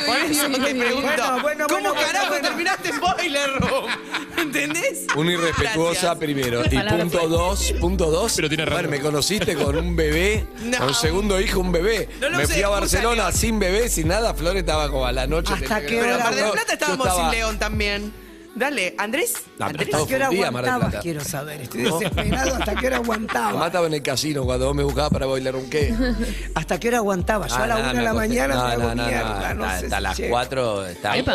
Speaker 4: Por eso te pregunto,
Speaker 7: Bueno, bueno,
Speaker 4: ¿cómo
Speaker 7: bueno,
Speaker 4: carajo
Speaker 7: bueno.
Speaker 4: terminaste en Boiler Room? ¿Entendés?
Speaker 3: Una irrespetuosa
Speaker 4: Gracias.
Speaker 3: primero. Y
Speaker 6: Palabra
Speaker 3: punto dos, punto dos.
Speaker 5: Pero tiene razón.
Speaker 3: Bueno, me conociste con un bebé,
Speaker 4: No.
Speaker 3: con segundo hijo, un bebé.
Speaker 4: No lo
Speaker 3: me
Speaker 4: usé
Speaker 3: fui a
Speaker 4: de excusa,
Speaker 3: Barcelona
Speaker 4: León.
Speaker 3: sin bebé, sin nada. Flor estaba como a la noche.
Speaker 7: ¿Hasta
Speaker 3: tenía que
Speaker 7: qué
Speaker 3: grabar.
Speaker 4: Pero en Mar del
Speaker 3: No,
Speaker 4: Plata
Speaker 3: yo
Speaker 4: estábamos
Speaker 3: estaba-
Speaker 4: sin León también. Dale, Andrés.
Speaker 3: No, pero
Speaker 4: Andrés.
Speaker 3: todo
Speaker 7: ¿Hasta qué hora
Speaker 3: fue un día, Mar del
Speaker 7: aguantabas?
Speaker 3: Plata. Este,
Speaker 7: Quiero saber. Estoy desesperado. ¿Hasta qué hora
Speaker 3: Me
Speaker 7: aguantaba?
Speaker 3: mataba en el casino cuando vos me buscabas para bailar un qué.
Speaker 7: ¿Hasta qué hora aguantaba? Yo a la
Speaker 3: Ah, no,
Speaker 7: una de
Speaker 3: me
Speaker 7: la
Speaker 3: acosté.
Speaker 7: mañana
Speaker 3: No,
Speaker 7: me hago
Speaker 3: no, no,
Speaker 7: mierda.
Speaker 3: no,
Speaker 7: No
Speaker 3: hasta-
Speaker 7: sé
Speaker 3: Hasta
Speaker 7: si Ah.
Speaker 3: las
Speaker 7: llego.
Speaker 3: 4 está.
Speaker 6: Epa.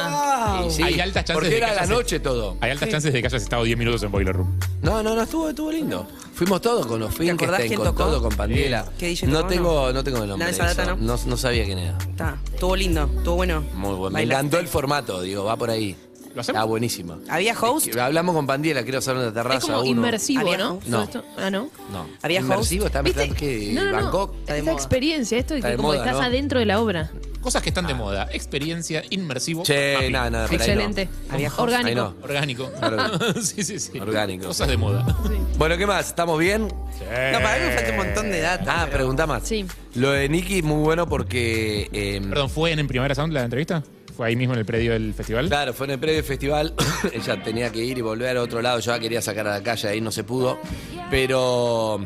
Speaker 7: Wow.
Speaker 3: Y sí,
Speaker 5: Hay altas chances
Speaker 3: porque
Speaker 5: de que
Speaker 3: era la
Speaker 5: hayas-
Speaker 3: noche todo.
Speaker 5: Hay altas chances de que hayas estado 10 minutos en Boiler Room.
Speaker 3: No, no, no, estuvo, estuvo lindo. Fuimos todos con los Finkelstein,
Speaker 4: acordás quién
Speaker 3: con
Speaker 4: tocó?
Speaker 3: todo, con Pandiela.
Speaker 4: ¿Qué DJ
Speaker 3: no
Speaker 4: tocó,
Speaker 3: tengo, no tengo el nombre.
Speaker 4: No,
Speaker 3: de
Speaker 4: esa data
Speaker 3: eso.
Speaker 4: no.
Speaker 3: no. no sabía quién era.
Speaker 4: Está, estuvo lindo, estuvo bueno.
Speaker 3: Muy bueno. Me
Speaker 4: Bailaste.
Speaker 3: encantó el formato, digo, va por ahí.
Speaker 5: ¿Lo hacemos?
Speaker 3: Está buenísimo.
Speaker 4: ¿Había host?
Speaker 3: Hablamos con Pandiela, quiero hacer una terraza.
Speaker 6: Es como
Speaker 3: uno.
Speaker 6: inmersivo,
Speaker 4: Había-
Speaker 6: ¿no?
Speaker 3: No.
Speaker 6: Esto- Ah, no.
Speaker 3: No.
Speaker 4: ¿Había host?
Speaker 3: Inmersivo, está
Speaker 6: ¿Viste?
Speaker 3: mezclado que
Speaker 6: No, no, no.
Speaker 3: Bangkok.
Speaker 4: Está de
Speaker 6: Esta
Speaker 4: moda.
Speaker 6: experiencia, esto, de
Speaker 3: Está
Speaker 6: que
Speaker 3: de
Speaker 6: como
Speaker 3: moda,
Speaker 6: estás
Speaker 3: ¿no?
Speaker 6: adentro de la obra.
Speaker 5: Cosas que están de moda. Experiencia, inmersivo.
Speaker 3: Che,
Speaker 5: papi.
Speaker 3: nada, nada.
Speaker 6: Excelente.
Speaker 4: Había host.
Speaker 3: Ahí
Speaker 6: Orgánico.
Speaker 3: no.
Speaker 5: Orgánico.
Speaker 3: Orgánico.
Speaker 5: sí, sí, sí.
Speaker 3: Orgánico.
Speaker 5: Cosas de moda.
Speaker 3: Bueno, ¿qué más? ¿Estamos bien?
Speaker 4: No, para mí me falta un montón de datos.
Speaker 3: Ah,
Speaker 4: pero-
Speaker 3: pregunta más.
Speaker 6: Sí.
Speaker 3: Lo de Nicky muy bueno porque. eh,
Speaker 5: Perdón, ¿fue en, en Primavera Sound la entrevista? ¿Fue ahí mismo en el predio del festival?
Speaker 3: Claro, fue en el previo festival. Ella tenía que ir y volver a otro lado. Yo la quería sacar a la calle, ahí no se pudo. Pero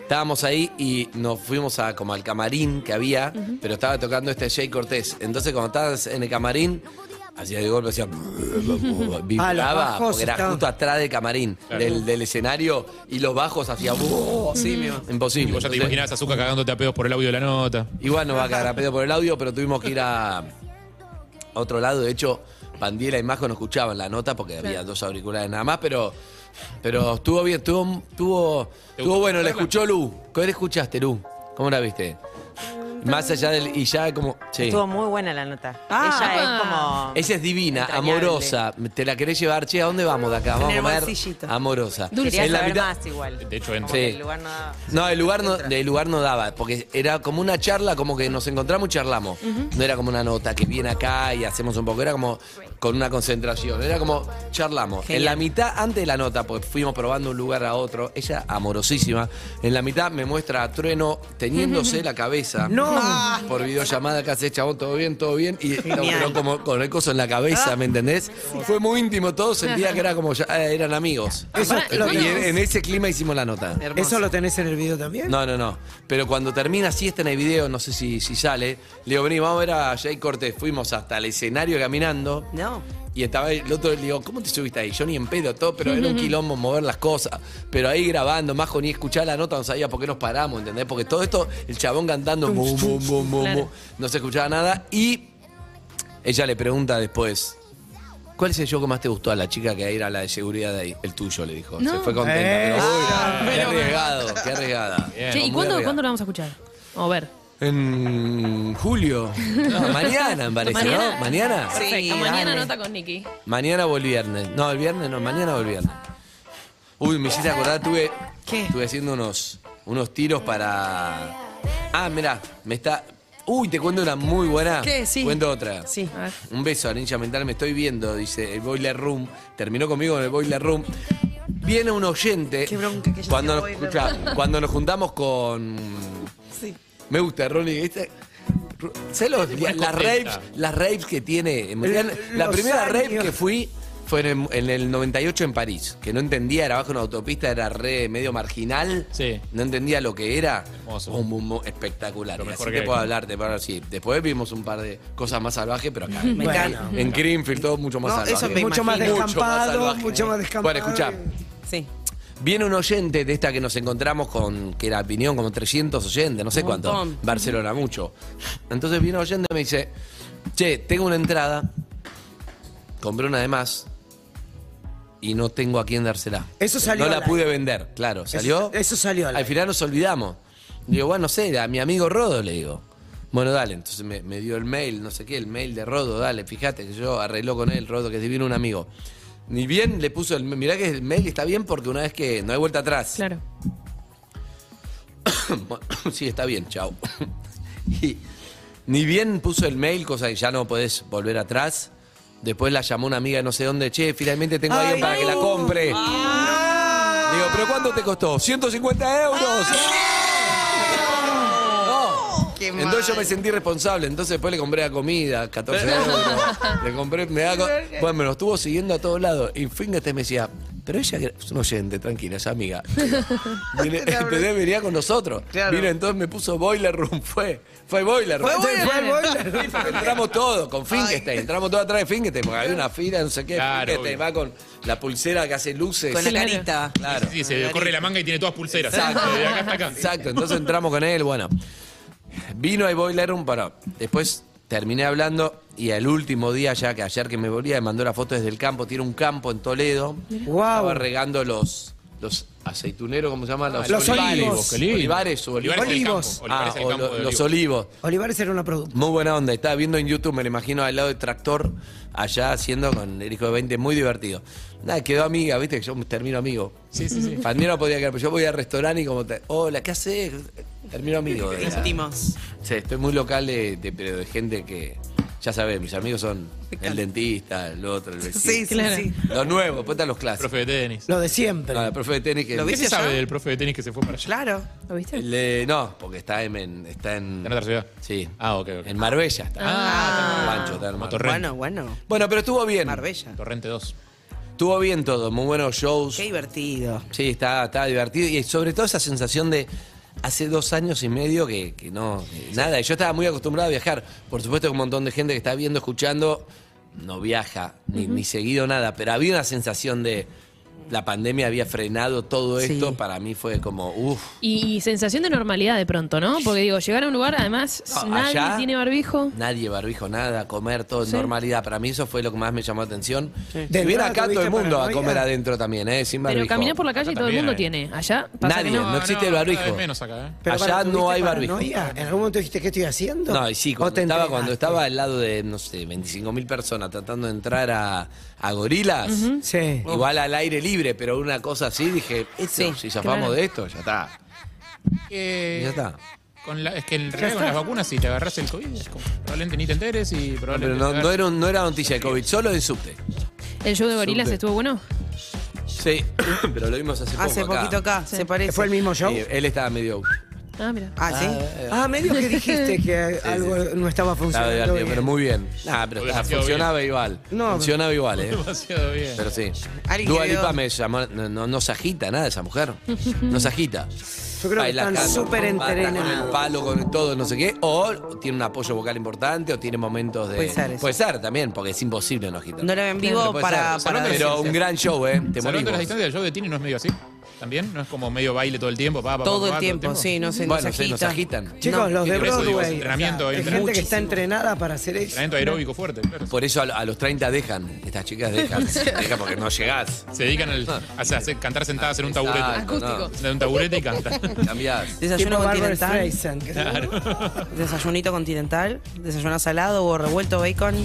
Speaker 3: estábamos ahí y nos fuimos a como al camarín que había, pero estaba tocando este Jay Cortés. Entonces, cuando estabas en el camarín, hacía de golpe, hacía. vibraba,
Speaker 7: bajos
Speaker 3: porque era
Speaker 7: estaban-
Speaker 3: justo atrás del camarín, del, del escenario, y los bajos hacía. ¡oh!
Speaker 4: Sí, me va.
Speaker 3: Imposible.
Speaker 5: Y vos ya te
Speaker 3: Entonces,
Speaker 5: imaginabas a Zucca cagándote a pedos por el audio de la nota.
Speaker 3: Igual nos va a cagar a pedo por el audio, pero tuvimos que ir a a otro lado. De hecho, Pandiela y Majo no escuchaban la nota porque había dos auriculares nada más, pero, pero estuvo bien, estuvo, estuvo, estuvo bueno, la escuchó Lu. ¿Qué escuchaste, Lu? ¿Cómo la viste? Más allá del. Y ya como. Sí.
Speaker 8: Estuvo muy buena la nota.
Speaker 4: Ah.
Speaker 8: Ella es como.
Speaker 3: Esa es divina,
Speaker 8: Entrañable.
Speaker 3: amorosa. Te la querés llevar, che, ¿a dónde vamos de acá? Vamos
Speaker 4: el
Speaker 3: a comer
Speaker 4: bolsillito.
Speaker 3: amorosa.
Speaker 8: Quería
Speaker 3: En la
Speaker 8: saber
Speaker 3: mitad-
Speaker 8: más igual.
Speaker 5: De hecho, en-
Speaker 8: Como que
Speaker 3: Sí.
Speaker 8: el lugar no daba.
Speaker 3: No, el lugar no, el lugar no daba, porque era como una charla, como que nos encontramos y charlamos. No era como una nota que viene acá y hacemos un poco, era como con una concentración, era como charlamos. En la mitad, antes de la nota, pues fuimos probando un lugar a otro, ella amorosísima, en la mitad me muestra a Trueno teniéndose la cabeza.
Speaker 7: No.
Speaker 3: Por videollamada que hace chabón, todo bien, todo bien. Y pero como con el coso en la
Speaker 7: Ah.
Speaker 3: cabeza, ¿me entendés? Fue muy íntimo, todos sentía que era como ya, eh, eran amigos.
Speaker 7: Eso
Speaker 6: Pará,
Speaker 7: Ah, lo
Speaker 3: y
Speaker 6: bueno.
Speaker 3: en, en ese clima hicimos la nota.
Speaker 4: Hermoso.
Speaker 7: ¿Eso lo tenés en el video también?
Speaker 3: No, no, no. Pero cuando termina así, está en el video, no sé si, si sale. Le digo, vení, vamos a ver a Jay Cortés. Fuimos hasta el escenario caminando.
Speaker 4: No.
Speaker 3: Y estaba el otro, le digo, ¿cómo te subiste ahí? Yo ni en pedo, todo, pero era un quilombo mover las cosas. Pero ahí grabando, Majo ni escuchaba la nota, no sabía por qué nos paramos, ¿entendés? Porque todo esto, el chabón cantando, mu, mu, mu, mu,
Speaker 6: Claro.
Speaker 3: mu, no se escuchaba nada. Y ella le pregunta después, ¿cuál es el show que más te gustó a la chica que era la de seguridad de ahí? El tuyo, le dijo. Se
Speaker 6: No.
Speaker 3: fue contenta.
Speaker 7: Eh,
Speaker 3: pero, uy, qué arriesgado, qué arriesgada.
Speaker 6: Che,
Speaker 3: Muy
Speaker 6: ¿y cuándo,
Speaker 3: arriesgada.
Speaker 6: cuándo la vamos a escuchar? O ver.
Speaker 3: En julio. No, mañana, me parece,
Speaker 6: Mañana.
Speaker 3: ¿no? ¿Mañana?
Speaker 6: Perfecto.
Speaker 4: Sí,
Speaker 6: Mañana
Speaker 4: dale.
Speaker 6: nota con Nicky.
Speaker 3: Mañana o el viernes. No, el viernes no, mañana o el viernes. Uy, me hiciste acordar, tuve.
Speaker 4: ¿Qué?
Speaker 3: Estuve haciendo unos, unos tiros para. Ah, mirá, me está. Uy, te cuento una muy buena.
Speaker 4: ¿Qué? Sí.
Speaker 3: Cuento otra.
Speaker 4: Sí.
Speaker 6: A ver.
Speaker 3: Un beso a Ninja Mental, me estoy viendo, dice el Boiler Room. Terminó conmigo en el Boiler Room. Viene un oyente.
Speaker 4: Qué bronca que yo
Speaker 3: cuando nos,
Speaker 4: sea Boiler
Speaker 3: escuchá, cuando nos juntamos con.
Speaker 4: Sí.
Speaker 3: Me gusta, Ronnie. ¿viste? ¿Sabés los- la- las, raves,
Speaker 5: contenta.
Speaker 3: las raves que tiene? Me
Speaker 7: El-
Speaker 3: quedan- la
Speaker 7: los
Speaker 3: primera rave
Speaker 7: años.
Speaker 3: que fui fue en el, en el 98 en París, que no entendía, era bajo una autopista, era re medio marginal.
Speaker 5: Sí.
Speaker 3: No entendía lo que era.
Speaker 5: Hermoso.
Speaker 3: Bum, bum, bum, espectacular.
Speaker 5: Lo
Speaker 3: Y
Speaker 5: mejor
Speaker 3: Así
Speaker 5: que
Speaker 3: te
Speaker 5: hay.
Speaker 3: puedo hablar, te puedo hablar, sí. Después vimos un par de cosas más salvajes, pero acá.
Speaker 4: Me encanta.
Speaker 3: En Greenfield, todo mucho más
Speaker 4: No,
Speaker 3: salvaje.
Speaker 4: eso me
Speaker 7: Mucho más
Speaker 4: Imagino.
Speaker 7: descampado, mucho más,
Speaker 3: salvaje.
Speaker 7: descampado.
Speaker 3: Bueno, escuchá.
Speaker 4: Sí.
Speaker 3: Viene un oyente de esta que nos encontramos con, que era opinión, como 300 oyentes, no sé
Speaker 4: Un
Speaker 3: cuánto.
Speaker 4: montón.
Speaker 3: Barcelona, mucho. Entonces viene un oyente y me dice, Che, tengo una entrada, compré una de más y no tengo a quién dársela.
Speaker 7: Eso
Speaker 3: No
Speaker 7: salió al
Speaker 3: la
Speaker 7: aire.
Speaker 3: pude vender, claro. ¿Salió?
Speaker 7: eso salió
Speaker 3: Al
Speaker 7: al aire.
Speaker 3: final nos olvidamos. Digo, bueno, no sé, a mi amigo Rodo le digo. Bueno, dale, entonces me, me dio el mail, no sé qué, el mail de Rodo, dale, fíjate que yo arregló con él, Rodo, que es divino un amigo. Ni bien le puso el mirá que el mail está bien porque una vez que no hay vuelta atrás.
Speaker 6: Claro.
Speaker 3: Bueno, sí, está bien, chao. Y ni bien puso el mail, cosa que ya no podés volver atrás. Después la llamó una amiga de no sé dónde, che, finalmente tengo a alguien para que la compre.
Speaker 4: Ah.
Speaker 3: Digo, ¿pero cuánto te costó? ¡150 euros! Ah". No.
Speaker 4: Qué
Speaker 3: Entonces yo
Speaker 4: mal.
Speaker 3: me sentí responsable, entonces después le compré la comida, 14 euros. Le compré, me da co- Bueno, me lo estuvo siguiendo a todos lados. Y fíjate, me decía, pero ella que- es un oyente, tranquila, es amiga. Viene- Empecé, venía con nosotros.
Speaker 4: Claro.
Speaker 3: Mira, entonces me puso Boiler Room, fue, fue Boiler Room.
Speaker 4: Fue Boiler Room.
Speaker 3: Sí, porque entramos todos con Finkenstein, entramos todos atrás de Finkenstein, porque había una fila, no sé qué,
Speaker 5: Claro,
Speaker 3: Finkenstein
Speaker 5: obvio.
Speaker 3: va con la pulsera que hace luces.
Speaker 4: Con la
Speaker 6: Claro.
Speaker 4: carita.
Speaker 3: Claro.
Speaker 5: Sí, se corre la manga y tiene todas pulseras.
Speaker 3: Exacto.
Speaker 5: De acá hasta acá.
Speaker 3: Exacto, entonces entramos con él, bueno. Vino a Boiler Room para. Después terminé hablando y el último día ya que ayer que me volvía me mandó la foto desde el campo, tiene un campo en Toledo.
Speaker 7: Guau.
Speaker 3: Estaba regando los los aceituneros, ¿cómo se llaman? Los,
Speaker 7: Los olivos.
Speaker 5: Qué lindo.
Speaker 3: Olivares, o
Speaker 5: Olivares del campo,
Speaker 7: Olivos.
Speaker 5: Olivares
Speaker 3: Ah,
Speaker 5: del
Speaker 3: o
Speaker 5: campo
Speaker 3: lo-
Speaker 5: de
Speaker 3: los
Speaker 5: olivos.
Speaker 3: olivos.
Speaker 7: Olivares era una productora.
Speaker 3: Muy buena onda, estaba viendo en YouTube, me lo imagino al lado del tractor, allá haciendo con el hijo de 20, muy divertido. Nada, quedó amiga, viste que yo termino amigo.
Speaker 5: Sí, sí, sí.
Speaker 3: Para mí no podía quedar, pero yo voy al restaurante y como, te- hola, ¿qué haces? Termino amigo. era.
Speaker 4: Íntimos.
Speaker 3: Sí, estoy muy local de, de- pero de gente que, ya sabés, mis amigos son el dentista, el otro, el vecino.
Speaker 4: Sí, sí,
Speaker 6: Claro.
Speaker 4: sí.
Speaker 3: Los nuevos, después están los clásicos.
Speaker 5: Profe de tenis.
Speaker 7: Lo de siempre.
Speaker 3: No, el profe de tenis que...
Speaker 4: Lo
Speaker 5: ¿Qué
Speaker 4: ¿Viste
Speaker 5: se sabe
Speaker 4: ya?
Speaker 5: del profe de tenis que se fue para allá?
Speaker 4: Claro.
Speaker 6: ¿Lo viste?
Speaker 3: el de- no, porque está en... en- Está en,
Speaker 5: ¿En otra ciudad?
Speaker 3: Sí.
Speaker 5: Ah, ok, ok.
Speaker 3: En Marbella está.
Speaker 5: Ah,
Speaker 3: Pancho está en Marbella.
Speaker 5: Motorrey.
Speaker 4: Bueno, bueno.
Speaker 3: Bueno, pero estuvo bien.
Speaker 4: Marbella.
Speaker 5: Torrente 2.
Speaker 3: Estuvo bien todo, muy buenos shows.
Speaker 4: Qué divertido.
Speaker 3: Sí, está, está divertido y sobre todo esa sensación de hace dos años y medio que, que no, que nada, y yo estaba muy acostumbrado a viajar. Por supuesto que un montón de gente que está viendo, escuchando, no viaja, ni, ni seguido nada, pero había una sensación de la pandemia había frenado todo
Speaker 4: Sí.
Speaker 3: esto, para mí fue como, uff.
Speaker 6: Y, y sensación de normalidad de pronto, ¿no? Porque digo, llegar a un lugar, además, nadie
Speaker 3: Ah, allá-
Speaker 6: tiene barbijo.
Speaker 3: Nadie barbijo, nada, comer todo en normalidad. Para mí eso fue lo que más me llamó la atención.
Speaker 7: De
Speaker 3: Y viene
Speaker 7: entrada
Speaker 3: acá todo
Speaker 7: tuviste
Speaker 3: el mundo a
Speaker 7: paranoia.
Speaker 3: comer adentro también, ¿eh? Sin barbijo.
Speaker 6: Pero caminar por la calle y
Speaker 5: Acá
Speaker 6: todo el mundo
Speaker 5: también
Speaker 6: tiene. Allá pasa que
Speaker 3: Nadie,
Speaker 6: no.
Speaker 3: no existe el
Speaker 5: cada
Speaker 3: barbijo.
Speaker 5: vez menos acá, ¿eh?
Speaker 7: Pero
Speaker 3: allá
Speaker 7: pará,
Speaker 3: no
Speaker 7: ¿tuviste
Speaker 3: hay barbijo.
Speaker 7: paranoia? ¿En algún momento dijiste qué estoy haciendo?
Speaker 3: No, y sí,
Speaker 7: ¿O
Speaker 3: cuando
Speaker 7: te
Speaker 3: estaba, cuando estaba
Speaker 7: entrenaste?
Speaker 3: al lado de, no sé, 25.000 personas tratando de entrar a, a gorilas,
Speaker 7: Sí.
Speaker 3: igual al aire libre, pero una cosa así, dije,
Speaker 4: Sí,
Speaker 3: "No, si zafamos
Speaker 6: claro.
Speaker 3: de esto, ya está.
Speaker 5: Que-
Speaker 3: Ya está.
Speaker 5: Con la- es que en realidad con las vacunas, si te agarras el COVID, es como, probablemente ni te enteres y
Speaker 3: Pero
Speaker 5: probablemente.
Speaker 3: no,
Speaker 5: te
Speaker 3: no
Speaker 5: agarres-
Speaker 3: era, un- no era noticia de COVID, solo en subte.
Speaker 6: ¿El show de gorilas
Speaker 3: Subte.
Speaker 6: estuvo bueno?
Speaker 3: Sí, pero lo vimos hace poco.
Speaker 4: Hace poquito acá, se parece.
Speaker 7: ¿Fue el mismo show?
Speaker 3: Sí, él estaba medio.
Speaker 6: Ah, mira.
Speaker 4: Ah, sí.
Speaker 7: Ah, medio que dijiste que algo no estaba
Speaker 3: Estaba
Speaker 7: funcionando.
Speaker 3: divertido,
Speaker 7: bien.
Speaker 3: pero muy bien. Ah, pero
Speaker 5: Hubiera
Speaker 3: estaba-
Speaker 5: sido
Speaker 3: funcionaba igual.
Speaker 7: No,
Speaker 3: funcionaba igual, ¿eh?
Speaker 5: Demasiado bien.
Speaker 3: Pero sí.
Speaker 4: Alguien
Speaker 3: Dua
Speaker 4: que
Speaker 3: Lipa
Speaker 4: vio-
Speaker 3: me llamó. No, no, no se agita nada esa mujer. No se agita.
Speaker 7: Yo creo que
Speaker 3: Baila
Speaker 7: están
Speaker 3: acá con
Speaker 7: súper
Speaker 3: pata, Con el
Speaker 7: entrenados.
Speaker 3: palo, con todo, no sé qué. O tiene un apoyo vocal importante o tiene momentos de.
Speaker 4: Puede ser eso.
Speaker 3: Puede ser también, porque es imposible no agitar.
Speaker 4: No la ven
Speaker 3: Pero
Speaker 4: vivo
Speaker 3: puede
Speaker 4: para.
Speaker 3: ser.
Speaker 4: para
Speaker 3: Pero
Speaker 4: decirse.
Speaker 3: un gran show, ¿eh? Te
Speaker 5: Salvando las
Speaker 3: morimos.
Speaker 5: distancias del show de Tini no es medio así. ¿También? ¿No es como medio baile todo el tiempo? Pa, pa, pa,
Speaker 4: Todo
Speaker 5: pa,
Speaker 4: el tiempo, sí, no se
Speaker 3: Bueno,
Speaker 4: nos
Speaker 3: se nos agitan.
Speaker 7: Chicos, los de
Speaker 5: por eso digo, es
Speaker 7: Broadway.
Speaker 5: entrenamiento,
Speaker 7: o sea,
Speaker 5: hay
Speaker 7: hay gente que está entrenada para hacer eso.
Speaker 5: Entrenamiento aeróbico fuerte, claro.
Speaker 3: Por eso a, lo- a los 30 dejan. Estas chicas dejan. dejan porque no llegás.
Speaker 5: Se dedican al, a hacer- hacer- cantar sentadas en un
Speaker 3: Ah. Exacto,
Speaker 5: taburete.
Speaker 3: no.
Speaker 5: Sentada En un taburete y cantan.
Speaker 3: Cambiás.
Speaker 4: Desayuno
Speaker 7: Tipo Barbra
Speaker 4: continental.
Speaker 7: Streisand, que-
Speaker 4: Desayunito continental. Desayuno salado o revuelto bacon.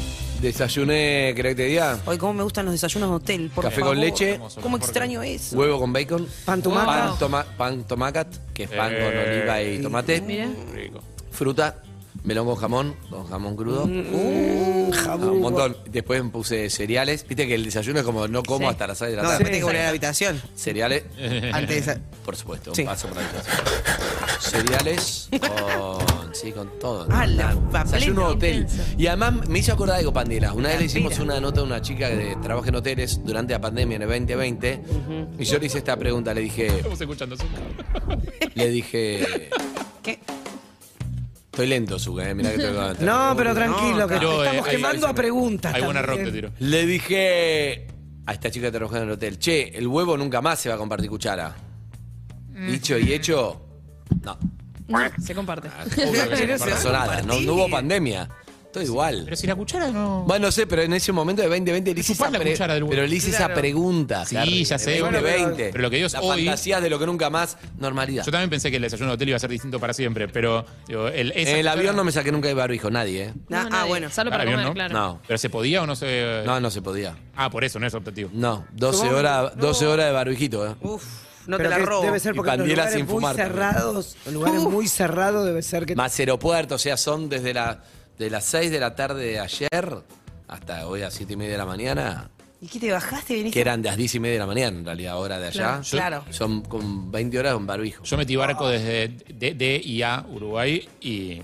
Speaker 3: Desayuné, ¿querés que te diga?
Speaker 4: Hoy, cómo me gustan los desayunos de hotel. por
Speaker 3: Café
Speaker 4: favor.
Speaker 3: con leche.
Speaker 4: ¿Cómo extraño eso?
Speaker 3: Huevo con bacon.
Speaker 7: Pan tumaca.
Speaker 3: Pan, toma- pan tomacat, que es pan con
Speaker 5: Eh.
Speaker 3: oliva y tomate.
Speaker 6: Mira.
Speaker 5: Rico.
Speaker 3: Fruta, melón con jamón, con jamón crudo.
Speaker 4: Mm,
Speaker 3: Ah, un montón. Después me puse cereales. Viste que el desayuno es como no como hasta las 6 de la
Speaker 4: No, después
Speaker 3: tarde.
Speaker 4: tengo que volver a la habitación.
Speaker 3: Cereales,
Speaker 4: Antes de esa-
Speaker 3: por supuesto, un
Speaker 4: Sí.
Speaker 3: paso por la habitación. Cereales con. sí, con todo.
Speaker 4: Ah, la
Speaker 3: Nada. Desayuno
Speaker 4: papeleta.
Speaker 3: hotel. Y además me hizo acordar algo, Pandela. Una vez le hicimos
Speaker 4: Pandela.
Speaker 3: una nota a una chica que trabaja en hoteles durante la pandemia en el 2020. Y yo le hice esta pregunta. Le dije.
Speaker 5: Estamos escuchando eso.
Speaker 3: Le dije.
Speaker 4: ¿Qué?
Speaker 3: Estoy lento, Zuka, eh, mirá que estoy
Speaker 7: No, pero tranquilo, que
Speaker 5: claro.
Speaker 7: estamos
Speaker 5: Pero, eh,
Speaker 7: quemando
Speaker 5: hay-
Speaker 7: a preguntas.
Speaker 5: Hay buena rock
Speaker 7: también.
Speaker 5: te tiro.
Speaker 3: Le dije a esta chica que trabajaba en el hotel, che, el huevo nunca más se va a compartir cuchara.
Speaker 7: Mm.
Speaker 3: Dicho y hecho, no.
Speaker 6: Se comparte.
Speaker 3: Mm. Ah, Obvio que no pasó nada, no, no hubo pandemia. Todo igual.
Speaker 5: Pero si la cuchara no.
Speaker 3: Bueno, no sé, pero en ese momento de 2020 le hice,
Speaker 5: Chupás
Speaker 3: esa,
Speaker 5: la
Speaker 3: pre-
Speaker 5: cuchara del
Speaker 3: pero le hice esa
Speaker 4: Claro.
Speaker 3: pregunta.
Speaker 5: Sí,
Speaker 3: Harry,
Speaker 5: ya
Speaker 3: de
Speaker 5: sé.
Speaker 3: 2020.
Speaker 5: Pero lo que digo es
Speaker 3: La
Speaker 5: hoy-
Speaker 3: fantasía de lo que nunca más, normalidad.
Speaker 5: Yo también pensé que el desayuno de hotel iba a ser distinto para siempre, pero digo, el, esa
Speaker 3: En el
Speaker 5: cuchara-
Speaker 3: avión no me saqué nunca de barbijo, nadie, ¿eh?
Speaker 4: Ah, ah,
Speaker 6: nadie.
Speaker 4: bueno.
Speaker 6: Solo para
Speaker 5: Ahora bien,
Speaker 6: comer,
Speaker 5: ¿no?
Speaker 6: claro.
Speaker 3: No,
Speaker 5: ¿Pero se podía o no se.?
Speaker 3: no, no se podía.
Speaker 5: Ah, por eso, no es optativo.
Speaker 3: No, 12 horas, 12 horas de barbijito, ¿eh?
Speaker 4: Uf, no
Speaker 7: Pero
Speaker 4: te la
Speaker 7: que
Speaker 4: robo.
Speaker 7: Debe ser
Speaker 3: Y
Speaker 7: porque en los
Speaker 3: Pandiela
Speaker 7: lugares
Speaker 3: sin
Speaker 7: muy
Speaker 3: fumar también.
Speaker 7: cerrados, en lugares muy cerrados debe ser que...
Speaker 3: Más aeropuerto, o sea, son desde la, de las 6 de la tarde de ayer hasta hoy a 7 y media de la mañana,
Speaker 4: ¿Y qué te bajaste?
Speaker 3: que
Speaker 4: Viniste.
Speaker 3: eran de las 10 y media de la mañana, en realidad, hora de allá.
Speaker 4: Claro.
Speaker 3: Son con 20 horas con barbijo.
Speaker 5: Yo metí barco desde D, D y A, Uruguay, y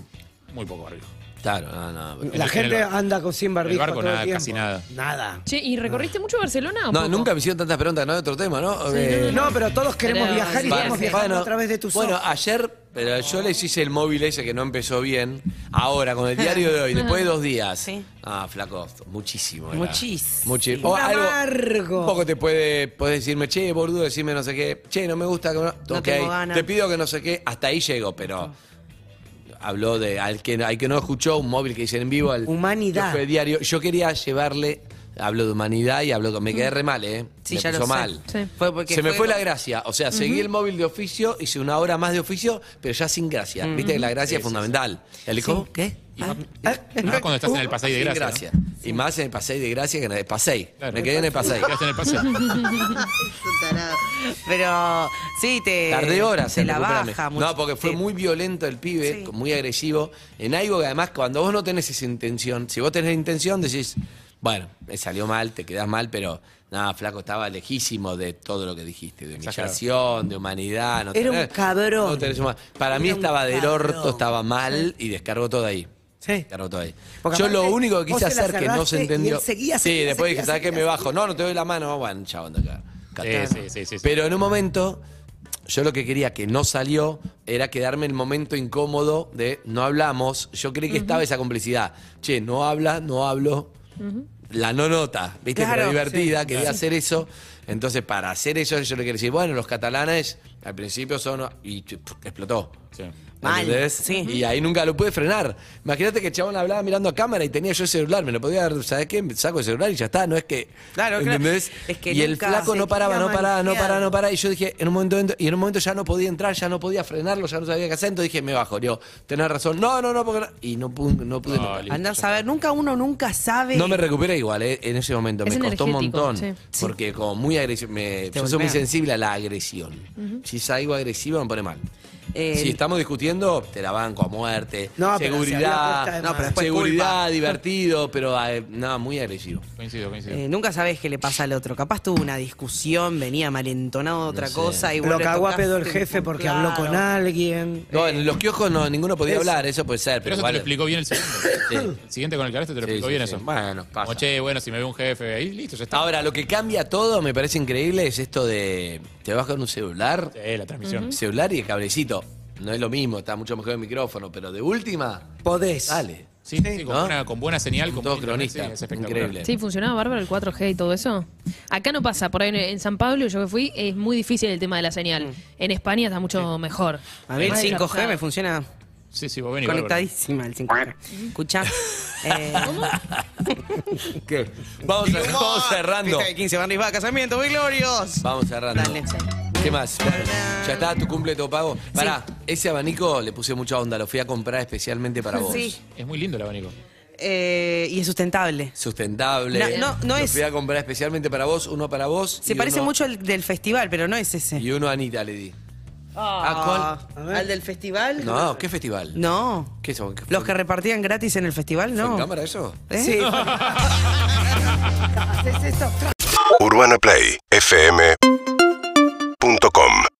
Speaker 5: muy poco barbijo.
Speaker 3: Claro, no, no. pero-
Speaker 7: La
Speaker 5: en
Speaker 7: gente
Speaker 5: el-
Speaker 7: anda con sin barbijo
Speaker 5: barco
Speaker 7: todo el
Speaker 5: nada,
Speaker 7: tiempo.
Speaker 5: casi nada.
Speaker 7: Nada.
Speaker 6: Che, ¿y recorriste mucho Barcelona o
Speaker 3: No,
Speaker 6: poco?
Speaker 3: nunca me hicieron tantas preguntas, no de otro tema, ¿no? Eh,
Speaker 7: No, pero todos queremos
Speaker 6: Pero
Speaker 7: viajar y
Speaker 6: viaje.
Speaker 7: estamos viajando a través de tus
Speaker 3: Bueno,
Speaker 4: ah,
Speaker 7: ojos.
Speaker 3: ayer, pero yo les hice el móvil ese que no empezó bien. Ahora, con el diario de hoy, después de dos días.
Speaker 4: Sí.
Speaker 3: Ah, flaco, muchísimo. era.
Speaker 4: Muchísimo.
Speaker 3: Muchi- o
Speaker 7: Un
Speaker 3: algo-
Speaker 7: amargo.
Speaker 3: Un poco te puede, podés decirme, che, boludo, decime no sé qué. Che, no me gusta. que No,
Speaker 4: No
Speaker 3: Ok,
Speaker 4: tengo ganas.
Speaker 3: Te pido que no sé qué. Hasta ahí llego, pero. Habló de al que, al que no escuchó un móvil que hice en vivo. al-
Speaker 7: Humanidad.
Speaker 3: que fue diario. Yo quería llevarle. Habló de humanidad y habló con. Me
Speaker 7: Mm.
Speaker 3: quedé re mal, ¿eh?
Speaker 4: Sí,
Speaker 3: me
Speaker 4: ya lo
Speaker 3: puso
Speaker 4: sé.
Speaker 3: mal.
Speaker 6: Sí.
Speaker 4: Fue porque
Speaker 3: Se me
Speaker 4: fue-
Speaker 3: fue la gracia. O sea, seguí el móvil de oficio, hice una hora más de oficio, pero ya sin gracia. Viste que la gracia es fundamental. ¿El cómo? ¿Qué?
Speaker 5: Y más-
Speaker 4: Ah.
Speaker 5: más Ah, cuando estás en el paseo de
Speaker 3: Sin
Speaker 5: gracia. ¿no?
Speaker 3: Y más en el paseo de gracia que en el paseo.
Speaker 5: Claro.
Speaker 3: Me quedé en el paseo.
Speaker 5: Estás en el paseo.
Speaker 4: Pero sí, te.
Speaker 3: Tardé horas
Speaker 4: Te
Speaker 3: en
Speaker 4: la
Speaker 3: recuperarme.
Speaker 4: baja mucho.
Speaker 3: No, porque fue
Speaker 4: Te-
Speaker 3: muy violento el pibe,
Speaker 4: Sí.
Speaker 3: muy agresivo, en algo que además cuando vos no tenés esa intención, si vos tenés la intención decís, bueno, me salió mal, te quedás mal, pero nada, flaco, estaba lejísimo de todo lo que dijiste, de
Speaker 5: Exagerado.
Speaker 3: humillación, de humanidad. No
Speaker 4: Era un cabrón.
Speaker 3: no tenés huma- Para mí
Speaker 4: Era un
Speaker 3: estaba del orto,
Speaker 4: cabrón.
Speaker 3: estaba mal y descargó todo ahí.
Speaker 7: Sí.
Speaker 3: Descargó todo ahí.
Speaker 7: Porque
Speaker 3: Yo lo
Speaker 7: aparte,
Speaker 3: único que
Speaker 7: vos
Speaker 3: quise
Speaker 7: se la
Speaker 3: hacer que no
Speaker 7: cerraste y
Speaker 3: se
Speaker 7: él
Speaker 3: entendió.
Speaker 7: seguía,
Speaker 3: sí,
Speaker 7: seguía,
Speaker 3: después
Speaker 7: seguía,
Speaker 3: dije, ¿sabes qué?
Speaker 7: seguía,
Speaker 3: Me bajo. No, no te doy la mano. Bueno, chao, anda acá. Catá.
Speaker 5: Sí, sí, sí, sí, sí.
Speaker 3: Pero en un momento, yo lo que quería que no salió era quedarme el momento incómodo de no hablamos. Yo creí que estaba esa complicidad. Che, no habla, no hablo. La no nota, ¿viste?
Speaker 4: Claro,
Speaker 3: Pero divertida,
Speaker 4: sí,
Speaker 3: quería hacer eso. Entonces, para hacer eso, yo le quería decir, bueno, los catalanes al principio son. y ch- explotó.
Speaker 5: Sí.
Speaker 4: Mal,
Speaker 3: ¿Entendés?
Speaker 4: sí.
Speaker 3: Y ahí nunca lo pude frenar. Imagínate que el chabón hablaba mirando a cámara y tenía yo el celular. Me lo podía dar, ¿sabes qué? Saco el celular y ya está. No es que.
Speaker 4: Claro, claro.
Speaker 3: ¿entendés?
Speaker 4: Es que
Speaker 3: y el
Speaker 4: nunca
Speaker 3: flaco
Speaker 4: se
Speaker 3: no paraba,
Speaker 4: quería
Speaker 3: no paraba, no
Speaker 4: manejar.
Speaker 3: paraba, no paraba. Y yo dije, en un momento, entro- y en un momento ya no podía entrar, ya no podía frenarlo, ya no sabía qué hacer. Entonces dije, me bajo. Digo, tenés razón. No, no, no, porque. no- Y no, pude- no pude. nunca.
Speaker 4: Andá a saber, nunca uno nunca sabe.
Speaker 3: No me recuperé igual eh, en ese momento,
Speaker 6: Es
Speaker 3: me costó un
Speaker 6: energético,
Speaker 3: montón.
Speaker 6: sí.
Speaker 3: Porque como muy agresivo, me,
Speaker 4: Te
Speaker 3: yo soy muy
Speaker 4: golpea.
Speaker 3: sensible a la agresión. Si es algo agresivo me pone mal.
Speaker 4: Eh,
Speaker 3: si estamos discutiendo, te la banco a muerte.
Speaker 7: No, pero se había
Speaker 3: seguridad,
Speaker 7: puesto de
Speaker 3: no, pero
Speaker 7: más.
Speaker 3: después seguridad, divertido, pero eh, no, muy agresivo.
Speaker 5: Coincido, coincido.
Speaker 4: eh, nunca sabes qué le pasa al otro. Capaz tuvo una discusión, venía malentonado de otra
Speaker 3: sé.
Speaker 4: cosa. Y vos
Speaker 7: Lo
Speaker 4: le
Speaker 7: cagó a
Speaker 4: tocaste
Speaker 7: pedo el
Speaker 4: un
Speaker 7: jefe
Speaker 4: punto.
Speaker 7: porque habló con
Speaker 4: Claro.
Speaker 7: alguien.
Speaker 3: No, en los kioscos no, ninguno podía
Speaker 7: eso.
Speaker 3: hablar, eso puede ser. Pero,
Speaker 5: Pero eso te lo
Speaker 3: igual-
Speaker 5: explicó bien el segundo. El siguiente con el carajo te lo
Speaker 3: Sí,
Speaker 5: explicó
Speaker 3: sí,
Speaker 5: bien
Speaker 3: sí.
Speaker 5: eso.
Speaker 3: Bueno, pasa.
Speaker 5: Como, che, bueno, si me ve un jefe ahí, listo, ya está.
Speaker 3: Ahora, lo que cambia todo, me parece increíble, es esto de. Te vas con un celular,
Speaker 5: Sí, la transmisión.
Speaker 3: celular y el cablecito. No es lo mismo, está mucho mejor el micrófono, pero de última,
Speaker 7: Podés.
Speaker 3: dale.
Speaker 5: Sí, sí, con,
Speaker 3: ¿no?
Speaker 5: buena, con buena señal. Con
Speaker 3: Todo
Speaker 5: buen internet,
Speaker 3: cronista.
Speaker 5: sí, es espectacular.
Speaker 3: Increíble.
Speaker 6: Sí, funcionaba bárbaro el 4G y todo eso. Acá no pasa, por ahí en- en San Pablo, yo que fui, es muy difícil el tema de la señal. En España está mucho mejor.
Speaker 4: Mm. A mí el
Speaker 6: Más
Speaker 4: 5G me
Speaker 6: adaptado.
Speaker 4: funciona
Speaker 5: Sí, sí, vos venís.
Speaker 4: conectadísima el 5G. Escuchá. eh,
Speaker 3: ¿Qué? Vamos, a- vamos
Speaker 4: Ah,
Speaker 3: cerrando.
Speaker 4: Fiesta de 15 van a casamiento, muy glorios.
Speaker 3: Vamos cerrando.
Speaker 4: Dale.
Speaker 3: ¿Qué más? Ya está, tu cumple, tu pago. Pará, ese abanico le puse mucha onda, lo fui a comprar especialmente para vos.
Speaker 4: Sí.
Speaker 5: Es muy lindo el abanico.
Speaker 4: Eh, y es sustentable.
Speaker 3: Sustentable.
Speaker 4: No, no, no
Speaker 3: lo
Speaker 4: es-
Speaker 3: fui a comprar especialmente para vos, uno para vos.
Speaker 4: Se
Speaker 3: y
Speaker 4: parece
Speaker 3: uno-
Speaker 4: mucho al del festival, pero no es ese.
Speaker 3: Y uno a Anita le di.
Speaker 4: Ah,
Speaker 3: ¿A
Speaker 7: cuál?
Speaker 4: ¿Al del festival?
Speaker 3: No, ¿qué festival?
Speaker 4: No.
Speaker 3: ¿Qué son? ¿Qué fue-
Speaker 4: Los que repartían gratis en el festival,
Speaker 3: fue en
Speaker 4: no.
Speaker 3: cámara eso?
Speaker 4: ¿Eh?
Speaker 7: Sí. Haces esto.
Speaker 1: UrbanaPlayFM.com